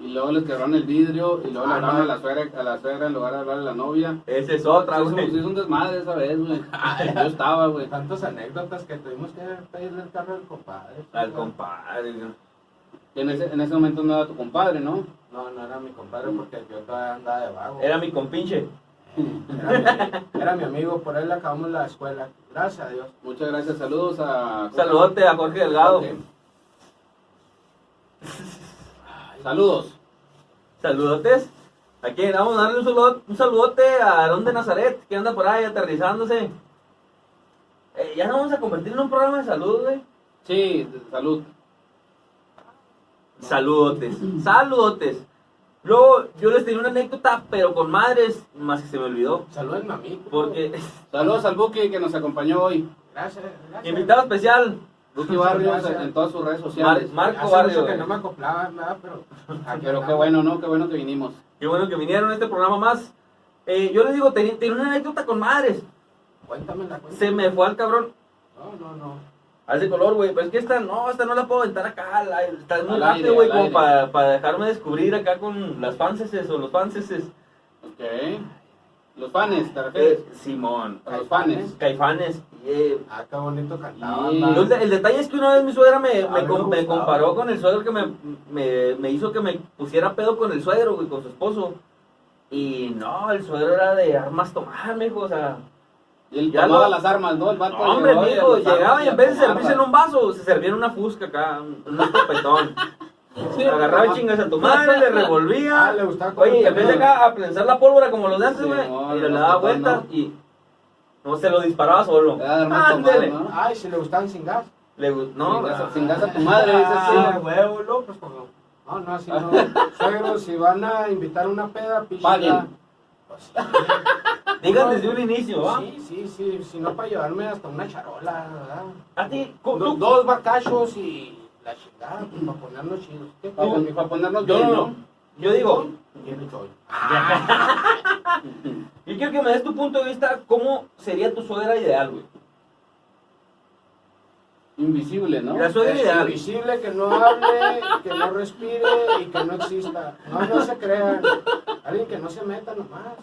Speaker 3: Y luego les quebraron el vidrio. Y luego le
Speaker 4: Ah,
Speaker 3: hablaron
Speaker 4: no.
Speaker 3: a la suegra, a la suegra en lugar de hablar a la novia.
Speaker 2: Esa es otra,
Speaker 3: Se hizo, se
Speaker 2: güey.
Speaker 3: hizo un desmadre esa vez, güey. Ah, Yo estaba, güey.
Speaker 4: Tantas anécdotas que tuvimos que pedirle el carro al compadre.
Speaker 2: Al
Speaker 4: güey.
Speaker 2: compadre. ¿no?
Speaker 3: Que En ese, en ese momento no era tu compadre, ¿no?
Speaker 4: No, no era mi compadre porque yo todavía andaba de vago.
Speaker 2: Era mi compinche.
Speaker 4: Era mi, era mi amigo, por él acabamos la escuela. Gracias a Dios.
Speaker 3: Muchas gracias. Saludos a.
Speaker 2: Saludote a Jorge Delgado.
Speaker 3: Saludos.
Speaker 2: Saludotes. Aquí vamos a darle un, saludo- un saludote a Aarón de Nazaret, que anda por ahí aterrizándose. Eh, ya nos vamos a convertir en un programa de salud, güey.
Speaker 3: Sí, de- salud.
Speaker 2: Saludotes, saludotes. Luego, yo les tenía una anécdota, pero con madres, más que se me olvidó.
Speaker 4: Saluden a mí.
Speaker 2: Porque, <laughs>
Speaker 3: Saludos al Buki que nos acompañó hoy.
Speaker 4: Gracias, gracias.
Speaker 2: invitado especial,
Speaker 3: Buki Barrios
Speaker 4: Gracias.
Speaker 3: en todas sus redes sociales.
Speaker 2: Mar- Marco
Speaker 4: Hace
Speaker 2: Barrio,
Speaker 4: mucho que
Speaker 2: eh. Ah,
Speaker 4: no me acoplaba, ¿verdad? Pero, aquí
Speaker 3: Pero qué
Speaker 4: andamos.
Speaker 3: bueno, ¿no? Qué bueno que vinimos.
Speaker 2: qué bueno que vinieron a este programa más. Eh, yo les digo, tenía, tenía una anécdota con madres.
Speaker 4: Cuéntame la cuenta.
Speaker 2: Se me fue al cabrón.
Speaker 4: No, no, no.
Speaker 2: Hace color, güey. Pero es que esta no, esta no la puedo aventar acá. la- está muy
Speaker 3: Al
Speaker 2: grande,
Speaker 3: aire,
Speaker 2: güey,
Speaker 3: al
Speaker 2: como
Speaker 3: aire.
Speaker 2: para dejarme descubrir acá con las fanceses o los fanceses.
Speaker 3: Ok. Los panes, ¿te refieres?
Speaker 2: Eh, Simón.
Speaker 3: A los panes.
Speaker 2: Caifanes. Eh,
Speaker 4: Ah, qué bonito cantaba.
Speaker 3: Sí.
Speaker 4: ma.
Speaker 2: Yo- el detalle es que una vez mi suegra me, me,
Speaker 4: Haberme
Speaker 2: com- me
Speaker 4: gustado.
Speaker 2: comparó con el suegro que me, me, me hizo que me pusiera pedo con el suegro, güey, con su esposo. Y no, el suegro era de armas tomar, mijo, o sea...
Speaker 3: Y él
Speaker 2: Ya
Speaker 3: tomaba
Speaker 2: lo-
Speaker 3: las armas, ¿no? El vato
Speaker 2: No, hombre,
Speaker 3: llegó y
Speaker 2: mijo,
Speaker 3: las armas
Speaker 2: llegaba y en vez de
Speaker 3: las
Speaker 2: servirse en
Speaker 3: tomaba.
Speaker 2: un vaso, se servía en una fusca acá, un un escopetón.
Speaker 3: Sí,
Speaker 2: Agarraba
Speaker 3: no.
Speaker 2: y chingas a tu madre, le revolvía.
Speaker 4: Ah, le gustaba comer
Speaker 2: Oye, y en vez de
Speaker 4: películas.
Speaker 2: acá a prensar la pólvora como los de antes,
Speaker 3: Sí,
Speaker 2: güey,
Speaker 3: no,
Speaker 2: y le
Speaker 3: no,
Speaker 2: daba
Speaker 3: no,
Speaker 2: vueltas
Speaker 3: no.
Speaker 2: y... No, se lo disparaba solo.
Speaker 3: Era de armas tomadas,
Speaker 2: Ándele.
Speaker 3: ¿no?
Speaker 4: Ay, si le gustaban sin gas.
Speaker 2: Le gu- No,
Speaker 3: Sin gas-
Speaker 2: ah.
Speaker 3: sin gas a tu madre, dices
Speaker 4: Ah,
Speaker 3: sí.
Speaker 4: huevo, no,
Speaker 2: <laughs>
Speaker 4: pues como. No, no, así no. Suegros, si van a invitar una peda, píchenla.
Speaker 3: Paguen.
Speaker 4: Pues,
Speaker 2: Digan desde un inicio, ¿va?
Speaker 4: sí, sí, sí, si no para llevarme hasta una charola, ¿verdad?
Speaker 2: A ti,
Speaker 4: Do-
Speaker 2: ¿cómo tú?
Speaker 4: dos bacachos y la chingada, pues, para ponernos chidos. ¿Qué
Speaker 3: Para,
Speaker 4: pedo?
Speaker 3: pon- para ponernos
Speaker 2: Yo
Speaker 3: bien,
Speaker 2: no,
Speaker 3: ¿no?
Speaker 2: Yo digo,
Speaker 4: Bien hecho hoy.
Speaker 2: yo quiero que me des tu punto de vista, ¿cómo sería tu suegra ideal, güey?
Speaker 3: Invisible, ¿no?
Speaker 2: La suegra
Speaker 4: Es
Speaker 2: ideal.
Speaker 4: invisible, que no hable, que no respire y que no exista. No, no se crean. Alguien que no se meta nomás.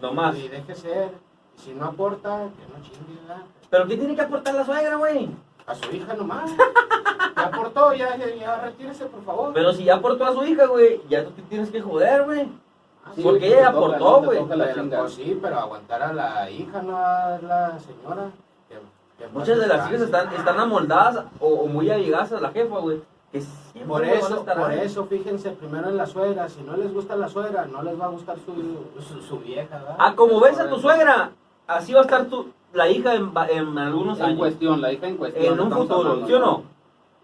Speaker 2: Nomás.
Speaker 4: Y deje ser. Y si no aporta, que no chingue, ¿verdad?
Speaker 2: ¿Pero qué tiene que aportar la suegra, güey?
Speaker 4: A su hija nomás. Ya aportó, ya, ya, ya retírese, por favor.
Speaker 2: Pero si ya aportó a su hija, güey, ya tú te tienes que joder, güey.
Speaker 4: Ah, sí,
Speaker 3: Sí,
Speaker 2: Porque
Speaker 3: te
Speaker 2: ella
Speaker 3: toca,
Speaker 2: aportó,
Speaker 3: te
Speaker 2: güey.
Speaker 3: toca la
Speaker 4: pero,
Speaker 3: chinga.
Speaker 4: pues, sí, pero aguantar a la hija, no a la señora. que- que
Speaker 2: Muchas de las
Speaker 4: pase.
Speaker 2: chicas están, están amoldadas o, o muy allegadas a la jefa, güey. Que siempre
Speaker 4: Por
Speaker 2: güey, van a
Speaker 4: eso,
Speaker 2: estar
Speaker 4: por
Speaker 2: ahí.
Speaker 4: eso, fíjense primero en la suegra. Si no les gusta la suegra, no les va a gustar su, su, su vieja, ¿verdad?
Speaker 2: Ah, como ves a tu suegra, así va a estar tu, la hija en, va- en algunos
Speaker 3: En
Speaker 2: años.
Speaker 3: cuestión, la hija en cuestión.
Speaker 2: En un
Speaker 3: estamos
Speaker 2: futuro,
Speaker 3: hablando,
Speaker 2: ¿sí o no?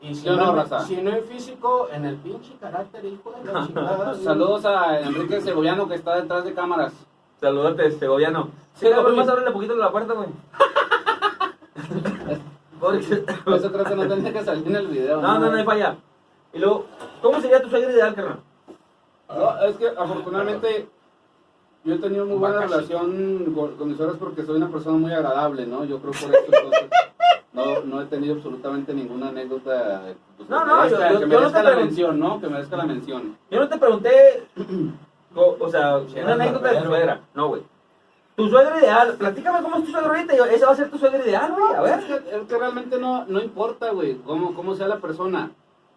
Speaker 4: Y si
Speaker 3: Yo
Speaker 4: no,
Speaker 3: no, raza.
Speaker 4: si no en físico, en el pinche carácter, hijo de la chingada.
Speaker 3: <laughs> Saludos a Enrique Segoviano que está detrás de cámaras.
Speaker 2: <laughs> Saludate, este, segoviano.
Speaker 3: Sí,
Speaker 2: Segoviano,
Speaker 3: güey.
Speaker 2: más ábrele poquito la
Speaker 3: <laughs>
Speaker 2: puerta, güey. Porque-
Speaker 3: Eso creo que no tendría que salir en el video.
Speaker 2: No, no, no hay falla. Y luego, ¿cómo sería tu suegra ideal, carnal?
Speaker 3: No, es que afortunadamente yo he tenido muy buena relación con, con mis suegras porque soy una persona muy agradable, ¿no? Yo creo por eso entonces, no, no he tenido absolutamente ninguna anécdota pues,
Speaker 2: No,
Speaker 3: que
Speaker 2: no,
Speaker 3: merezca,
Speaker 2: yo- yo-
Speaker 3: que
Speaker 2: yo no
Speaker 3: merezca
Speaker 2: te
Speaker 3: la
Speaker 2: pregun-
Speaker 3: mención, ¿no? Que merezca la mención.
Speaker 2: Yo no te pregunté, <clears throat> o, o sea,
Speaker 4: Sí,
Speaker 2: una
Speaker 4: era
Speaker 2: anécdota de tu
Speaker 4: barbero.
Speaker 2: suegra. No, güey. Tu suegra ideal, platícame cómo es tu suegra ahorita. y yo, Esa va a ser tu suegra ideal, güey. A
Speaker 3: Es
Speaker 2: ver.
Speaker 3: que, es que realmente no, no importa, güey, cómo, cómo sea la persona.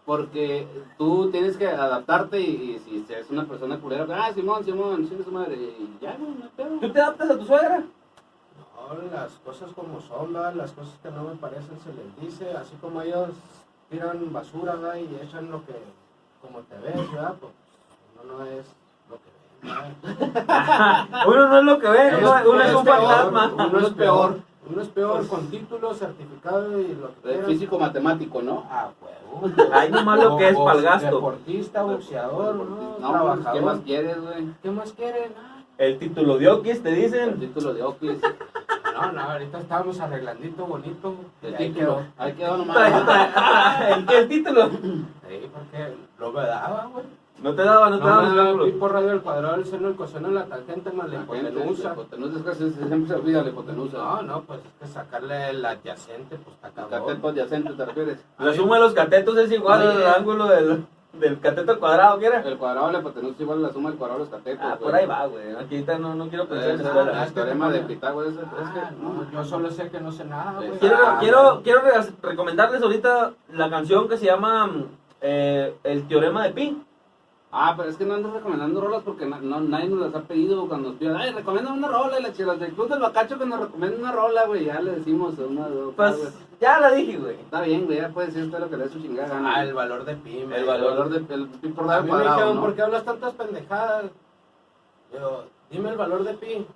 Speaker 3: Porque tú tienes que adaptarte y, y si es una persona culera, ah, Simón, Simón, chingue su madre, y ya, güey, no hay pedo.
Speaker 2: ¿Tú te adaptas a tu suegra?
Speaker 4: No, las cosas como son, ¿verdad? las cosas que no me parecen se les dice, así como ellos tiran basura ¿verdad? y echan lo que, como te ves, ¿verdad? Pues uno no es lo que ve. ¿verdad?
Speaker 2: Uno no es lo que
Speaker 3: Uno-
Speaker 2: ve, uno, uno es un
Speaker 3: uno es peor,
Speaker 2: fantasma.
Speaker 4: Uno es peor, uno es peor con título, certificado y lo que
Speaker 3: Eh,
Speaker 4: quieras.
Speaker 3: Físico matemático, ¿no?
Speaker 4: Ah, huevo.
Speaker 2: Ahí nomás lo que es
Speaker 4: Box-
Speaker 2: pa'l gasto.
Speaker 4: Deportista, boxeador, ¿no?
Speaker 3: No, pues,
Speaker 4: trabajador.
Speaker 3: ¿qué más quieres, güey?
Speaker 4: quieren? Ah,
Speaker 2: El título de Oquis, te
Speaker 3: El
Speaker 2: <laughs> dicen.
Speaker 3: título de Oquis,
Speaker 4: No, no, ahorita estábamos arreglandito bonito.
Speaker 3: el
Speaker 4: y <laughs> ahí
Speaker 3: título.
Speaker 4: quedó.
Speaker 3: Ahí quedó
Speaker 2: Tra-
Speaker 3: nomás.
Speaker 2: tra- tra- Ah, el, el título.
Speaker 4: Sí, porque lo me daba, güey.
Speaker 2: No te daba, no
Speaker 4: No,
Speaker 2: te daba.
Speaker 4: no, no,
Speaker 2: el
Speaker 4: el
Speaker 2: título.
Speaker 4: tipo radio del cuadrado, el seno, el coseno, la tangente, más la hipotenusa.
Speaker 3: Hipotenusa, es que se- se- siempre se olvida la hipotenusa.
Speaker 4: No, no, pues es que sacarle el adyacente, pues está
Speaker 3: Cateto
Speaker 4: cabrón.
Speaker 3: adyacente, ¿te refieres?
Speaker 4: Ah.
Speaker 2: La suma de los catetos es igual
Speaker 4: Oye.
Speaker 2: al ángulo del, del cateto al cuadrado, ¿qué era?
Speaker 3: El cuadrado de la hipotenusa es igual a la suma del cuadrado de los catetos.
Speaker 2: Ah, por
Speaker 3: güey.
Speaker 2: ahí va, güey. Aquí ahorita no, no quiero pensar
Speaker 3: Eh,
Speaker 2: en
Speaker 3: El
Speaker 2: la
Speaker 4: ah,
Speaker 2: escuela.
Speaker 4: es que
Speaker 3: teorema
Speaker 4: te
Speaker 3: de
Speaker 4: pone-
Speaker 3: Pitágoras es es
Speaker 4: Ah,
Speaker 3: que...
Speaker 4: no, yo solo sé que no sé nada, güey.
Speaker 2: Quiero,
Speaker 3: Ah,
Speaker 2: quiero, quiero re- recomendarles ahorita la canción que se llama mm, eh, El Teorema de Pi.
Speaker 3: Ah, pero es que no andas recomendando rolas porque na- no, nadie nos las ha pedido cuando nos piden, ay, recomienda una rola y las chelas del Club del Bacacho que nos recomienden una rola, güey, ya le decimos una, dos,
Speaker 2: Pues
Speaker 3: güey.
Speaker 2: ya la dije, güey.
Speaker 3: Está bien, güey, ya puede decir usted lo que le dé su chingada gana.
Speaker 4: Ah, el valor de Pime.
Speaker 2: El
Speaker 3: El valor de el pi por
Speaker 4: A
Speaker 3: dar
Speaker 4: mí me dijeron,
Speaker 3: cuadrado, ¿no?
Speaker 4: ¿por qué hablas tantas pendejadas? Yo, dime el valor de pi.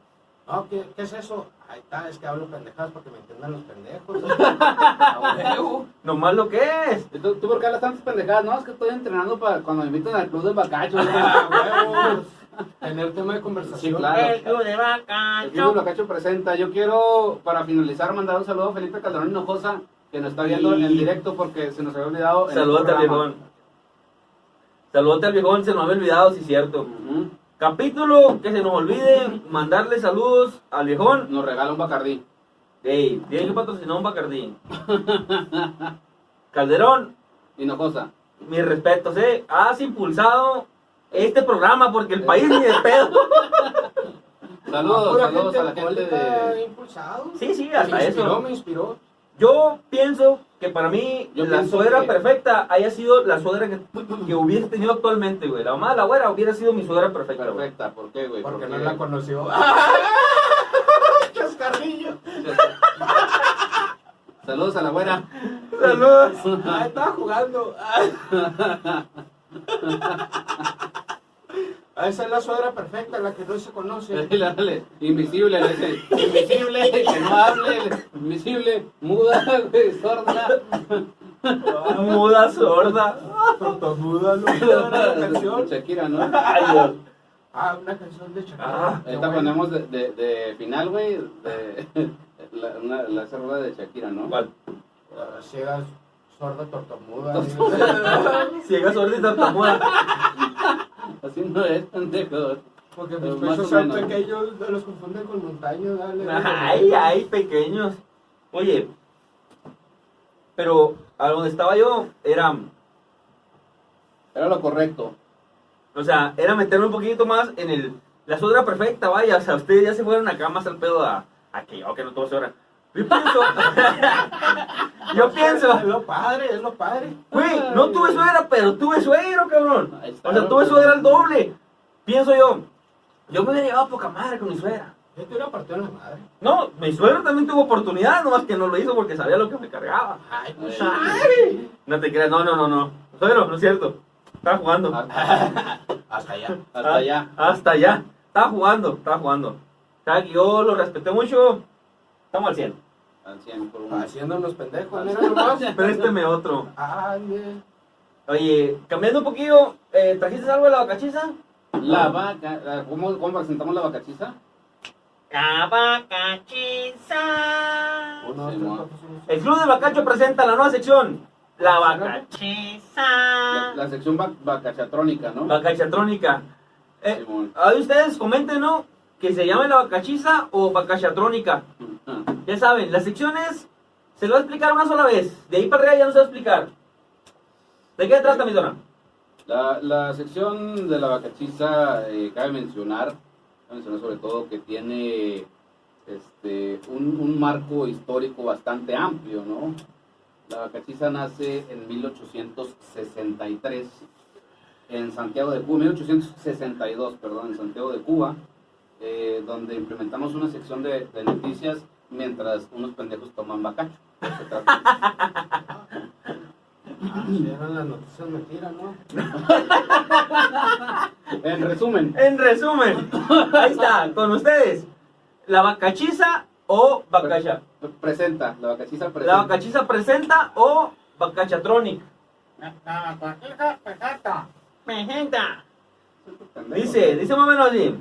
Speaker 4: No, ¿qué, qué es eso? Ahí está, es que hablo pendejadas porque me entiendan los pendejos. A huevo.
Speaker 2: Nomás lo que es.
Speaker 3: ¿Y ¿Tú, tú por qué hablas tantas pendejadas? No, es que estoy entrenando para cuando me invitan al club del bacacho. ¿no? Ah,
Speaker 4: A huevo. Tener tema de conversación.
Speaker 3: Sí, claro.
Speaker 5: El club de
Speaker 3: El club del
Speaker 5: bacacho.
Speaker 3: bacacho presenta. Yo quiero, para finalizar, mandar un saludo a Felipe Calderón Hinojosa, que nos está viendo en
Speaker 2: Y-
Speaker 3: el directo porque se nos había olvidado. en este
Speaker 2: Saludate al
Speaker 3: programa.
Speaker 2: viejón. Saludate al viejón, se nos había olvidado, sí, cierto.
Speaker 3: Ujú.
Speaker 2: Capítulo que se nos olvide mandarle saludos al viejón.
Speaker 3: Nos regala un bacardí.
Speaker 2: Ey, tiene que patrocinar un <laughs> Bacardí. Calderón,
Speaker 3: Hinojosa.
Speaker 2: mis respetos, eh. Has impulsado este programa porque el país ni de pedo.
Speaker 3: Saludos,
Speaker 4: Ah, Pura
Speaker 3: saludos a la gente
Speaker 4: alcohólica,
Speaker 3: de...
Speaker 4: impulsado.
Speaker 2: Sí, sí, hasta
Speaker 4: me
Speaker 2: eso.
Speaker 4: inspiró, me inspiró.
Speaker 2: Yo pienso que para mí
Speaker 3: Yo
Speaker 2: la
Speaker 3: pienso
Speaker 2: suegra
Speaker 3: que-
Speaker 2: perfecta haya sido la suegra que, que hubiese tenido actualmente, güey. La mamá de la güera hubiera sido mi suegra perfecta, güey.
Speaker 3: Perfecta, ¿por qué, güey?
Speaker 4: Porque no la <laughs> conoció. Chascarrillo.
Speaker 3: Saludos a la güera.
Speaker 2: Saludos.
Speaker 4: Ah, estaba jugando. Ah, Esa es la suegra perfecta, la que no se conoce.
Speaker 3: <laughs> Dale, dale. Invisible, le dice. Invisible, que no hable. Invisible, muda, <laughs> güey, sorda.
Speaker 2: Muda sorda.
Speaker 4: Tortomuda, ¿no? ¿Era la canción? <laughs>
Speaker 3: Shakira, ¿no?
Speaker 2: Ay, Dios.
Speaker 4: Ah, una canción de Shakira.
Speaker 2: Ah,
Speaker 4: Qué
Speaker 3: Ahorita
Speaker 4: bueno.
Speaker 3: ponemos de, de, de final, güey, de <laughs> la, una, la esa rola de Shakira, ¿no?
Speaker 2: ¿Cuál?
Speaker 4: Ah, Ciegas, sorda, <laughs> tortomuda.
Speaker 2: Ciegas sordas y tartamuda.
Speaker 3: Así no es, pendejo.
Speaker 4: Porque
Speaker 3: Pero
Speaker 4: mis
Speaker 3: más
Speaker 4: pechos
Speaker 3: o
Speaker 4: son
Speaker 3: menos.
Speaker 4: pequeños, los confunden con montaño, dale.
Speaker 2: <laughs> Ay, ay, pequeños. Oye, pero a donde estaba yo era,
Speaker 3: Era lo correcto.
Speaker 2: o sea, era meterme un poquito más en el, la sudra perfecta, vaya, o sea, ustedes ya se fueron acá más al pedo a, a que yo, que no tuve sudra. Yo pienso, <laughs> yo pienso,
Speaker 4: Es lo padre, es lo padre.
Speaker 2: Güey, no tuve suegra, pero tuve suegro, cabrón.
Speaker 3: Ahí está,
Speaker 2: O sea, tuve
Speaker 3: güey.
Speaker 2: suegra al doble. Pienso yo, yo me hubiera llevado poca madre con mi suegra.
Speaker 4: Yo te hubiera partido en la madre.
Speaker 2: No, mi suegro también tuvo oportunidad, nomás que no lo hizo porque sabía lo que me cargaba.
Speaker 4: Ay, pues
Speaker 3: Ay.
Speaker 2: ah.
Speaker 3: <laughs>
Speaker 4: ay.
Speaker 2: No te creas, no, no, no, no. Suegro, no es cierto. Estaba jugando.
Speaker 3: Hasta,
Speaker 4: Hasta allá.
Speaker 3: hasta
Speaker 2: Ah,
Speaker 3: allá.
Speaker 2: Hasta allá. Estaba jugando, estaba jugando. O sea, que yo lo respeté mucho. Estamos al <laughs> 100.
Speaker 3: Al 100 por
Speaker 4: Ah,
Speaker 3: uno.
Speaker 4: Haciéndonos pendejos, mira
Speaker 2: <laughs>
Speaker 4: nomás.
Speaker 2: Présteme otro.
Speaker 4: Ande.
Speaker 2: Oye, cambiando un poquillo, eh, ¿trajiste algo de la vacachiza?
Speaker 3: La vaca, la- ¿cómo, ¿cómo presentamos la vacachiza?
Speaker 5: La vaca chisa.
Speaker 4: Uno,
Speaker 3: Sí,
Speaker 4: tres,
Speaker 3: ma.
Speaker 4: cuatro, cinco,
Speaker 2: El Club del Bacacho presenta la nueva sección, la vaca.
Speaker 5: Chisa.
Speaker 3: La, la sección va- vacachatrónica, ¿no?
Speaker 2: Vacachatrónica. Eh,
Speaker 3: Simón. <laughs>
Speaker 2: ahí ustedes comenten, ¿no? Que se llame la vacachiza o vacachatrónica.
Speaker 3: Ah.
Speaker 2: Ya saben, las secciones se lo voy a explicar una sola vez. De ahí para arriba ya no se va a explicar. ¿De qué trata, mi dona?
Speaker 3: La, la sección de la vacachiza eh, cabe mencionar, cabe mencionar sobre todo que tiene este, un, un marco histórico bastante amplio, ¿no? La vacachiza nace en 1863 en Santiago de Cuba, 1862, perdón, en Santiago de Cuba, eh, donde implementamos una sección de, de noticias mientras unos pendejos toman bacacho. De eso se trata.
Speaker 4: Ah, sí, eran las noticias mentiras, ¿no?
Speaker 3: En resumen,
Speaker 2: En resumen, ahí está, con ustedes. La vacachiza o vacacha.
Speaker 3: presenta, la vacachiza presenta.
Speaker 2: La vacachiza presenta o vacachatrónica.
Speaker 5: La la vaca perfecta.
Speaker 2: Mi gente.
Speaker 3: Pendejo.
Speaker 2: Dice, dice más o menos así.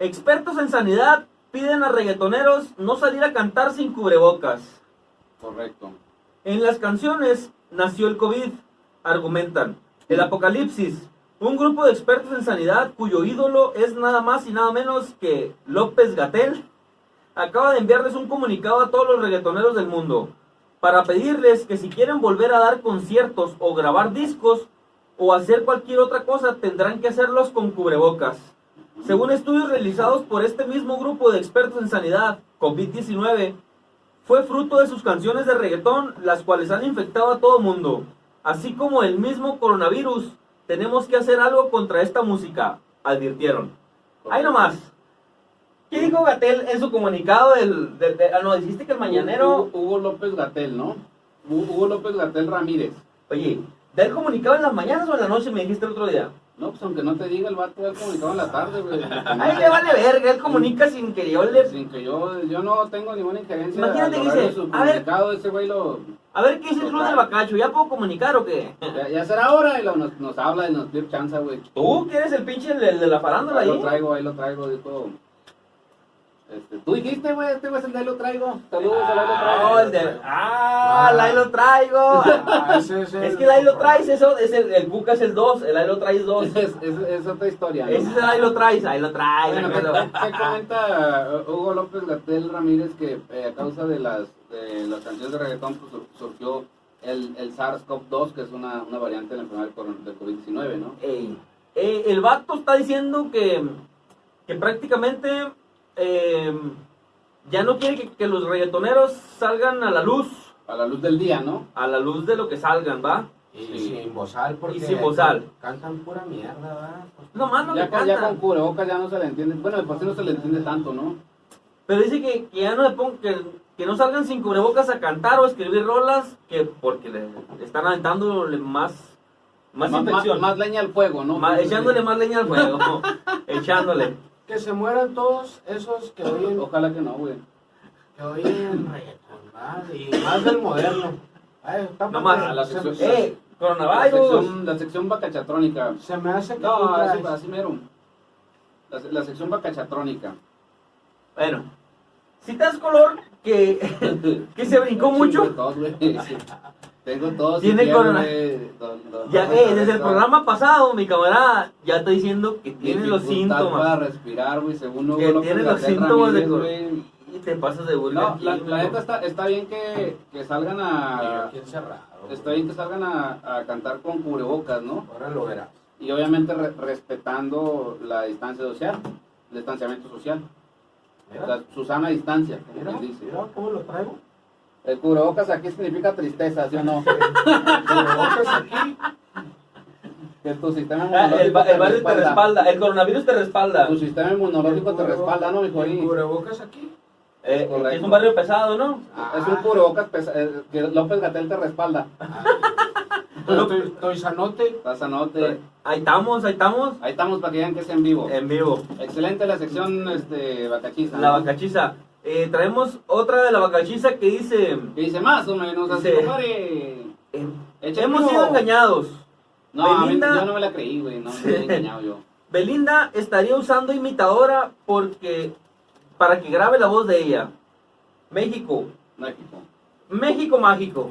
Speaker 2: Expertos en sanidad piden a reggaetoneros no salir a cantar sin cubrebocas.
Speaker 3: Correcto.
Speaker 2: En las canciones nació el COVID, argumentan. El apocalipsis, un grupo de expertos en sanidad cuyo ídolo es nada más y nada menos que López Gatel, acaba de enviarles un comunicado a todos los reggaetoneros del mundo para pedirles que si quieren volver a dar conciertos o grabar discos o hacer cualquier otra cosa tendrán que hacerlos con cubrebocas. Según estudios realizados por este mismo grupo de expertos en sanidad, COVID-19 fue fruto de sus canciones de reggaetón, las cuales han infectado a todo mundo. Así como el mismo coronavirus, tenemos que hacer algo contra esta música, advirtieron. Ahí nomás. ¿Qué dijo Gatel en su comunicado del... del- de- ah, no, dijiste que el
Speaker 3: Mañanero
Speaker 2: mañanero...
Speaker 3: Hugo López Gatel, ¿no? Hu- Hugo López Gatel Ramírez.
Speaker 2: Oye, ¿da el comunicado en las mañanas o en la noche? Me dijiste el otro día.
Speaker 3: No, pues aunque no te diga, el vato ya comunicado en la tarde, güey.
Speaker 2: Ay, le vale verga, él comunica sin que yo le...
Speaker 3: Sin que yo, yo no tengo ninguna injerencia.
Speaker 2: Imagínate
Speaker 3: al
Speaker 2: que
Speaker 3: horario
Speaker 2: dice,
Speaker 3: de su
Speaker 2: a ver.
Speaker 3: comunicado, ese güey lo...
Speaker 2: A ver, ¿qué dice el club del bacacho? ¿Ya puedo comunicar o qué?
Speaker 3: Ya, ya será hora y lo- nos, nos habla y nos dio chanza, güey.
Speaker 2: ¿Tú que eres el pinche el, el de la farándula
Speaker 3: Ahí lo
Speaker 2: ahí?
Speaker 3: traigo, ahí lo traigo, dijo... Este, Tú dijiste, güey, este güey es el de ahí lo traigo. Saludos, al ahí lo traigo.
Speaker 2: Ah, el de- Ah, el ahí lo traigo. <laughs>
Speaker 4: Ah, ese es el-
Speaker 2: Es que el ahí lo traes, eso, es el, el Cuca es el 2, el ahí lo
Speaker 3: <laughs>
Speaker 2: traes 2.
Speaker 3: <laughs>
Speaker 2: Ese
Speaker 3: Es, es, es otra historia, ¿no?
Speaker 2: es el ahí lo traes, ahí lo traes.
Speaker 3: Bueno,
Speaker 2: acuerdo.
Speaker 3: ¿qué, qué comenta eh, Hugo López Gatel Ramírez que eh, a causa de las, de las canciones de reggaetón pues, sur- surgió el, el SARS-CoV-2, que es una, una variante de la enfermedad del coron- del COVID-19, ¿no?
Speaker 2: Ey, eh, el vato está diciendo que, que prácticamente eh, ya no quiere que, que los reggaetoneros salgan a la luz,
Speaker 3: A la luz del día, ¿no?
Speaker 2: a la luz de lo que salgan, ¿va?
Speaker 4: Y
Speaker 3: Sí.
Speaker 4: sin bozal, porque.
Speaker 2: Y sin bozal.
Speaker 4: Cantan pura mierda, ¿verdad? Pues,
Speaker 2: No, mano,
Speaker 3: Ya
Speaker 2: que
Speaker 3: con, ya
Speaker 2: cantan.
Speaker 3: con cubrebocas ya no se le entiende. Bueno, de por sí no se le entiende tanto, ¿no?
Speaker 2: Pero dice que, que ya no le pon- que, que no salgan sin cubrebocas a cantar o escribir rolas, que porque le están aventando más, más infección.
Speaker 3: más leña al fuego, ¿no?
Speaker 2: Ma- echándole más leña al
Speaker 3: <laughs>
Speaker 2: fuego. echándole.
Speaker 4: Que se mueran todos esos que
Speaker 2: <laughs>
Speaker 4: oyen,
Speaker 3: Ojalá que no, güey.
Speaker 4: que oyen reggaetón, ¿verdad? Y más del moderno. Ay, está
Speaker 2: No
Speaker 4: padre.
Speaker 2: más.
Speaker 3: la
Speaker 4: se,
Speaker 3: sección-
Speaker 4: se-
Speaker 2: ¡Eh!
Speaker 3: La
Speaker 2: ¡Coronavirus!
Speaker 3: sección, la sección vacachatrónica.
Speaker 4: se me hace que.
Speaker 3: No,
Speaker 4: tú
Speaker 3: así,
Speaker 4: traes-
Speaker 3: así mero. La, la sección
Speaker 2: <laughs>
Speaker 3: bacachatrónica.
Speaker 2: Bueno, citas color que, <laughs> que se brincó mucho.
Speaker 3: Todos, güey. Sí. Tengo todos. si
Speaker 2: Tiene
Speaker 3: quieren,
Speaker 2: corona.
Speaker 3: güey. Don- don-
Speaker 2: Ya
Speaker 3: don-
Speaker 2: que
Speaker 3: don-
Speaker 2: desde el
Speaker 3: don-
Speaker 2: programa pasado, mi camarada ya está diciendo que tiene los
Speaker 3: dificultad Para
Speaker 2: síntomas.
Speaker 3: respirar, güey, según Hugo
Speaker 2: Que
Speaker 3: López
Speaker 2: tiene los
Speaker 3: Gatel
Speaker 2: síntomas de
Speaker 3: Ramírez,
Speaker 2: cor-
Speaker 3: güey.
Speaker 2: Y te pasas de burla.
Speaker 3: No,
Speaker 2: aquí,
Speaker 3: la,
Speaker 2: mi
Speaker 3: la neta
Speaker 2: amor.
Speaker 3: está, está bien que, que salgan a.
Speaker 4: Aquí encerrado.
Speaker 3: Está bien que salgan a, a cantar con cubrebocas, ¿no?
Speaker 4: Ahora lo verás.
Speaker 3: Y obviamente re- respetando la distancia social, el distanciamiento social. O sea,
Speaker 4: Mira,
Speaker 3: Susana distancia, como
Speaker 4: mira,
Speaker 3: quien dice.
Speaker 4: mira cómo lo traigo.
Speaker 3: El cubrebocas aquí significa tristeza, ¿sí o
Speaker 2: <laughs>
Speaker 3: no?
Speaker 4: Cubrebocas
Speaker 3: <laughs>
Speaker 4: aquí.
Speaker 3: que tu sistema
Speaker 2: Ah,
Speaker 3: inmunológico
Speaker 2: el, ba- el barrio
Speaker 3: respalda.
Speaker 2: te
Speaker 3: Pues,
Speaker 2: respalda, el coronavirus te respalda.
Speaker 3: Tu sistema inmunológico te respalda, ¿no, mijo?
Speaker 4: El
Speaker 3: Ahí.
Speaker 4: Cubrebocas aquí. Ah,
Speaker 2: Eh,
Speaker 3: correcto.
Speaker 2: es un barrio pesado, ¿no?
Speaker 3: Es un cubrebocas pesa- eh, que López Gatel te
Speaker 2: <laughs>
Speaker 3: respalda.
Speaker 4: Estoy, estoy sanote.
Speaker 3: Pásanote.
Speaker 2: Ahí estamos, ahí estamos,
Speaker 3: Ahí estamos para que vean que es en vivo.
Speaker 2: en vivo.
Speaker 3: Excelente la sección este, bacachiza.
Speaker 2: Em. La
Speaker 3: ¿no?
Speaker 2: bacachiza. Eh, traemos otra de la bacachiza que dice,
Speaker 3: Que dice más o menos así,
Speaker 2: Dice-
Speaker 3: compadre.
Speaker 2: eh,
Speaker 3: Échale
Speaker 2: hemos
Speaker 3: uno.
Speaker 2: sido engañados.
Speaker 3: No, a mí-
Speaker 2: Belinda-
Speaker 3: yo no me la creí, güey. No, me he engañado yo.
Speaker 2: Belinda estaría usando imitadora porque para que grabe la voz de ella. México,
Speaker 3: México.
Speaker 2: México mágico,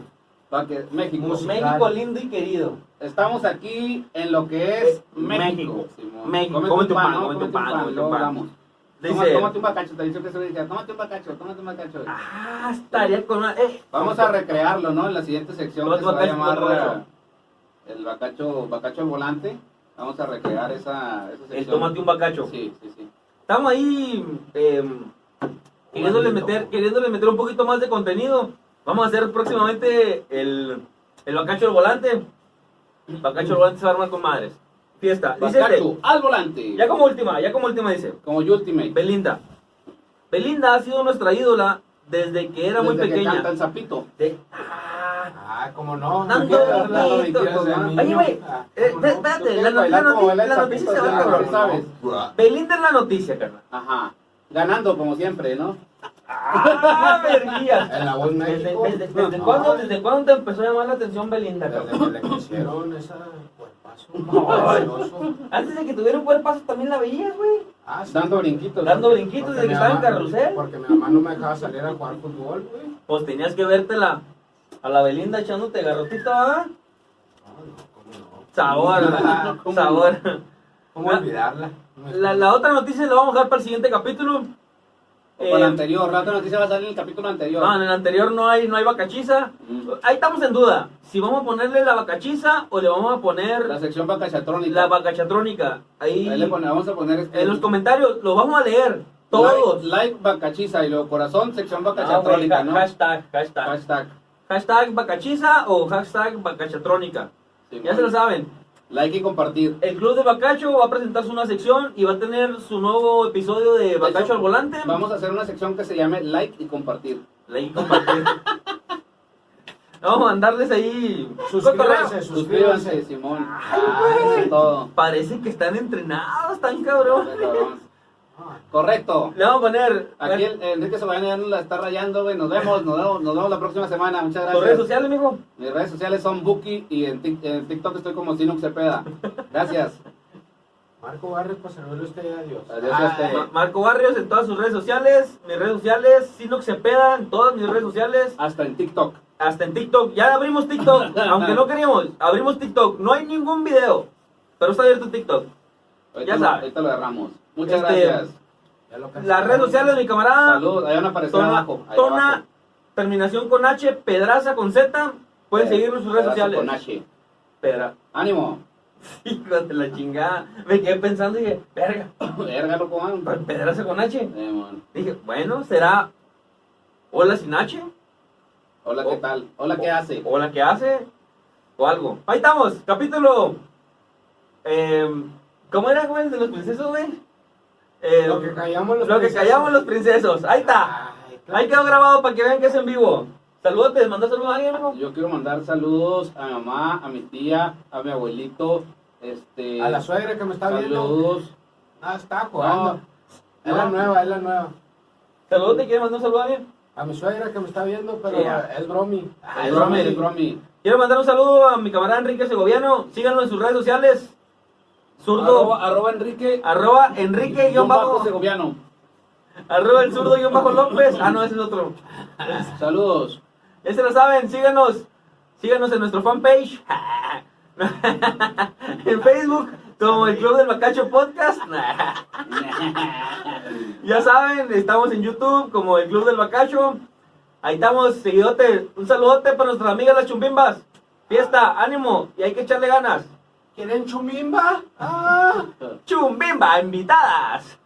Speaker 3: Pa' que- México.
Speaker 4: Música.
Speaker 2: México lindo y querido.
Speaker 3: Estamos aquí en lo que es
Speaker 2: Eh,
Speaker 3: México.
Speaker 2: México.
Speaker 3: Simón.
Speaker 2: México.
Speaker 3: Cómete
Speaker 2: Cómete
Speaker 3: un pan,
Speaker 2: un
Speaker 3: ¿no?
Speaker 2: pan,
Speaker 3: Cómete un pan.
Speaker 2: cómete un
Speaker 3: luego
Speaker 2: pan.
Speaker 3: hablamos. Toma-
Speaker 2: Dice,
Speaker 3: Tómate un bacacho, te he dicho que se lo dije. Tómate un bacacho, tómate un bacacho.
Speaker 2: ah, estaría con una... eh,
Speaker 3: Vamos a recrearlo, ¿no? En la siguiente sección
Speaker 2: Los
Speaker 3: que se va a
Speaker 2: bacachos,
Speaker 3: llamar
Speaker 2: los bacachos.
Speaker 3: eh, el bacacho, bacacho al volante. Vamos a recrear esa, esa sección.
Speaker 2: el tomate un bacacho.
Speaker 3: Sí, sí, sí.
Speaker 2: Estamos ahí em, queriéndole, meter, queriéndole meter un poquito más de contenido. Vamos a hacer próximamente el, el bacacho del volante. Bacacho del volante se va a armar con madres. Fiesta. Dice
Speaker 3: Bacacho
Speaker 2: este,
Speaker 3: al volante.
Speaker 2: ya como última, ya como última dice.
Speaker 3: Como Ultimate.
Speaker 2: Belinda. Belinda ha sido nuestra ídola desde que era muy
Speaker 3: Desde que
Speaker 2: pequeña.
Speaker 3: canta el sapito.
Speaker 2: De- ah,
Speaker 4: Ah, como no.
Speaker 2: Tanto
Speaker 4: no quiero
Speaker 2: bonito,
Speaker 4: hablar de
Speaker 3: ¿no?
Speaker 4: mentiras de niño.
Speaker 2: Oye, güey,
Speaker 4: Ah,
Speaker 2: eh,
Speaker 4: ¿cómo no?
Speaker 3: Tú
Speaker 2: espérate, la,
Speaker 3: quieres
Speaker 2: la
Speaker 3: bailar como
Speaker 2: noti-
Speaker 3: baila el
Speaker 2: la noticia se
Speaker 3: sapito,
Speaker 2: va
Speaker 3: ya,
Speaker 2: al cabrón.
Speaker 3: ya sabes.
Speaker 2: Belinda es la noticia, carnal.
Speaker 3: Ajá. Ganando como siempre, ¿no?
Speaker 2: ¡Ah,
Speaker 3: <laughs>
Speaker 2: verguía!
Speaker 6: En la voz
Speaker 2: ¿Desde,
Speaker 6: México.
Speaker 2: desde- desde
Speaker 4: No.
Speaker 2: cuándo, ¿Desde cuándo te empezó a llamar la atención Belinda,
Speaker 6: Desde
Speaker 2: <laughs> carnal?
Speaker 6: que le quisieron.
Speaker 4: Hicieron esa pues, cuerpazo.
Speaker 2: Ay.
Speaker 4: gracioso.
Speaker 2: Antes de que tuviera un cuerpazo también la veías, güey.
Speaker 4: Ah, sí.
Speaker 3: Dando brinquitos.
Speaker 2: Dando
Speaker 3: ¿no?
Speaker 2: brinquitos
Speaker 6: Porque mi
Speaker 2: desde que estaba en
Speaker 6: mamá-
Speaker 2: carrusel.
Speaker 6: Porque mi mamá no me dejaba salir a jugar fútbol, güey.
Speaker 2: Pues tenías que vértela a la Belinda echándote garrotita, ¿verdad?
Speaker 6: No, no, cómo no.
Speaker 3: <laughs>
Speaker 2: Sabor, ¿verdad?
Speaker 3: ¿Cómo?
Speaker 2: sabor.
Speaker 6: ¿Cómo
Speaker 2: La-
Speaker 6: olvidarla?
Speaker 2: La, la otra noticia la vamos a dejar para el siguiente capítulo.
Speaker 3: O para el
Speaker 2: Eh,
Speaker 3: anterior. La otra noticia va a salir en el capítulo anterior.
Speaker 2: No, en el anterior no hay, no hay bacachiza.
Speaker 3: Mm.
Speaker 2: Ahí estamos en duda. Si vamos a ponerle la bacachiza o le vamos a poner
Speaker 3: La
Speaker 2: la,
Speaker 3: sección bacachatrónica.
Speaker 2: bacachatrónica. Ahí,
Speaker 3: Ahí le pone- vamos a poner este-
Speaker 2: en los comentarios los vamos a leer. Todos.
Speaker 3: Like, like bacachiza y luego corazón, sección
Speaker 2: Ah, güey,
Speaker 3: bacachatrónica,
Speaker 2: ha-
Speaker 3: ¿no?
Speaker 2: Hashtag, hashtag.
Speaker 3: Hashtag.
Speaker 2: Hashtag bacachiza o hashtag bacachatrónica.
Speaker 3: Simón.
Speaker 2: Ya se lo saben.
Speaker 3: Like y compartir.
Speaker 2: El Club de Bacacho va a presentar su nueva sección y va a tener su nuevo episodio de Bacacho al Volante.
Speaker 3: Vamos a hacer una sección que se llame like y compartir.
Speaker 2: Like y compartir. vamos a mandarles ahí sus
Speaker 4: Suscríbanse,
Speaker 3: Suscríbanse,
Speaker 4: suscríbanse.
Speaker 3: Simón. Ah,
Speaker 2: güey.
Speaker 3: eso es todo.
Speaker 2: Parece que están entrenados, tan cabrón.
Speaker 4: Ah,
Speaker 3: Correcto.
Speaker 2: Le vamos a poner
Speaker 3: Aquí el- Enrique Soberano ya nos la está rayando, güey. Nos vemos, nos vemos, nos vemos la próxima semana. Muchas
Speaker 2: tus redes
Speaker 3: gracias.
Speaker 2: sociales, mijo.
Speaker 3: Mis redes sociales son Buki y en, Tik- en TikTok estoy como Sinux Cepeda. Gracias.
Speaker 4: Marco Barrios, pues servirle a usted, adiós. Ah,
Speaker 3: Adiós a usted.
Speaker 2: Ma- Marco Barrios en todas sus redes sociales, mis redes sociales, Sinox Cepeda en todas mis redes sociales,
Speaker 3: Hasta en TikTok.
Speaker 2: hasta en TikTok. Ya
Speaker 3: <laughs>
Speaker 2: abrimos TikTok, aunque no queríamos, abrimos TikTok. No hay ningún video, pero está abierto TikTok.
Speaker 3: Ahorita
Speaker 2: Ya
Speaker 3: lo-
Speaker 2: sabe.
Speaker 3: Ahorita lo agarramos. Muchas
Speaker 2: Este,
Speaker 3: gracias.
Speaker 4: Ya lo cansé.
Speaker 2: Las redes sociales de mi camarada,
Speaker 3: Salud. Ahí van a aparecer
Speaker 2: Tona,
Speaker 3: abajo. ahí
Speaker 2: Tona,
Speaker 3: abajo.
Speaker 2: terminación con H, Pedraza con Z, pueden
Speaker 3: Eh,
Speaker 2: seguirnos en sus redes
Speaker 3: pedazo
Speaker 2: sociales.
Speaker 3: con H.
Speaker 2: Pedra-
Speaker 3: Ánimo.
Speaker 2: hijo de la chingada. Me quedé pensando y dije, verga,
Speaker 3: Verga, loco. ah.
Speaker 2: Pedraza con H.
Speaker 3: Eh, man.
Speaker 2: Dije, bueno, será hola sin H,
Speaker 3: Hola, ¿qué
Speaker 2: Oh.
Speaker 3: tal? Hola, ¿qué hace?
Speaker 2: hola que hace, o algo. Ahí estamos, capítulo. em, ¿Cómo era, güey, el de los princesos, güey? Em,
Speaker 4: Lo que callamos los
Speaker 2: lo que callamos los princesos. Ahí está.
Speaker 4: Ay, claro.
Speaker 2: Ahí quedó grabado para que vean que es en vivo. Saludos, te mando saludos a alguien, amigo?
Speaker 3: Yo quiero mandar saludos a mi mamá, a mi tía, a mi abuelito. Este,
Speaker 4: A la suegra que me está viendo.
Speaker 3: saludos.
Speaker 4: Ah, está jugando.
Speaker 3: No.
Speaker 4: Es la
Speaker 3: No.
Speaker 4: nueva, es la nueva.
Speaker 2: Saludos, te quiero mandar un saludo a alguien.
Speaker 4: A mi suegra que me está viendo, pero
Speaker 2: Yeah.
Speaker 4: es bromi.
Speaker 2: Ah,
Speaker 3: el
Speaker 2: es
Speaker 3: bromi,
Speaker 2: bromi.
Speaker 3: el bromi.
Speaker 2: Quiero mandar un saludo a mi camarada Enrique Segoviano. Síganlo en sus redes sociales. Zurdo.
Speaker 3: Arroba, arroba Enrique.
Speaker 2: Arroba Enrique guión bajo.
Speaker 3: Segoviano.
Speaker 2: Arroba el zurdo guión bajo López. Ah, no, ese es otro. Ah.
Speaker 3: Saludos.
Speaker 2: Ya se lo saben, síganos. Síganos en nuestro fanpage. <laughs> en Facebook, como el Club del Bacacho Podcast. <laughs> ya saben, estamos en YouTube como el Club del Bacacho. Ahí estamos, seguidote. Un saludote para nuestras amigas las chumbimbas. Fiesta, ánimo, y hay que echarle ganas.
Speaker 4: ¿Quieren chumimba? Ah,
Speaker 2: Chumbimba, invitadas.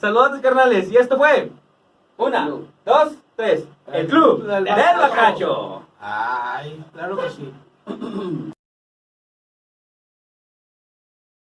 Speaker 2: Saludos, carnales. Y esto fue. Una,
Speaker 3: Club.
Speaker 2: dos, tres. El Club del Bacacho.
Speaker 4: ay, claro que sí.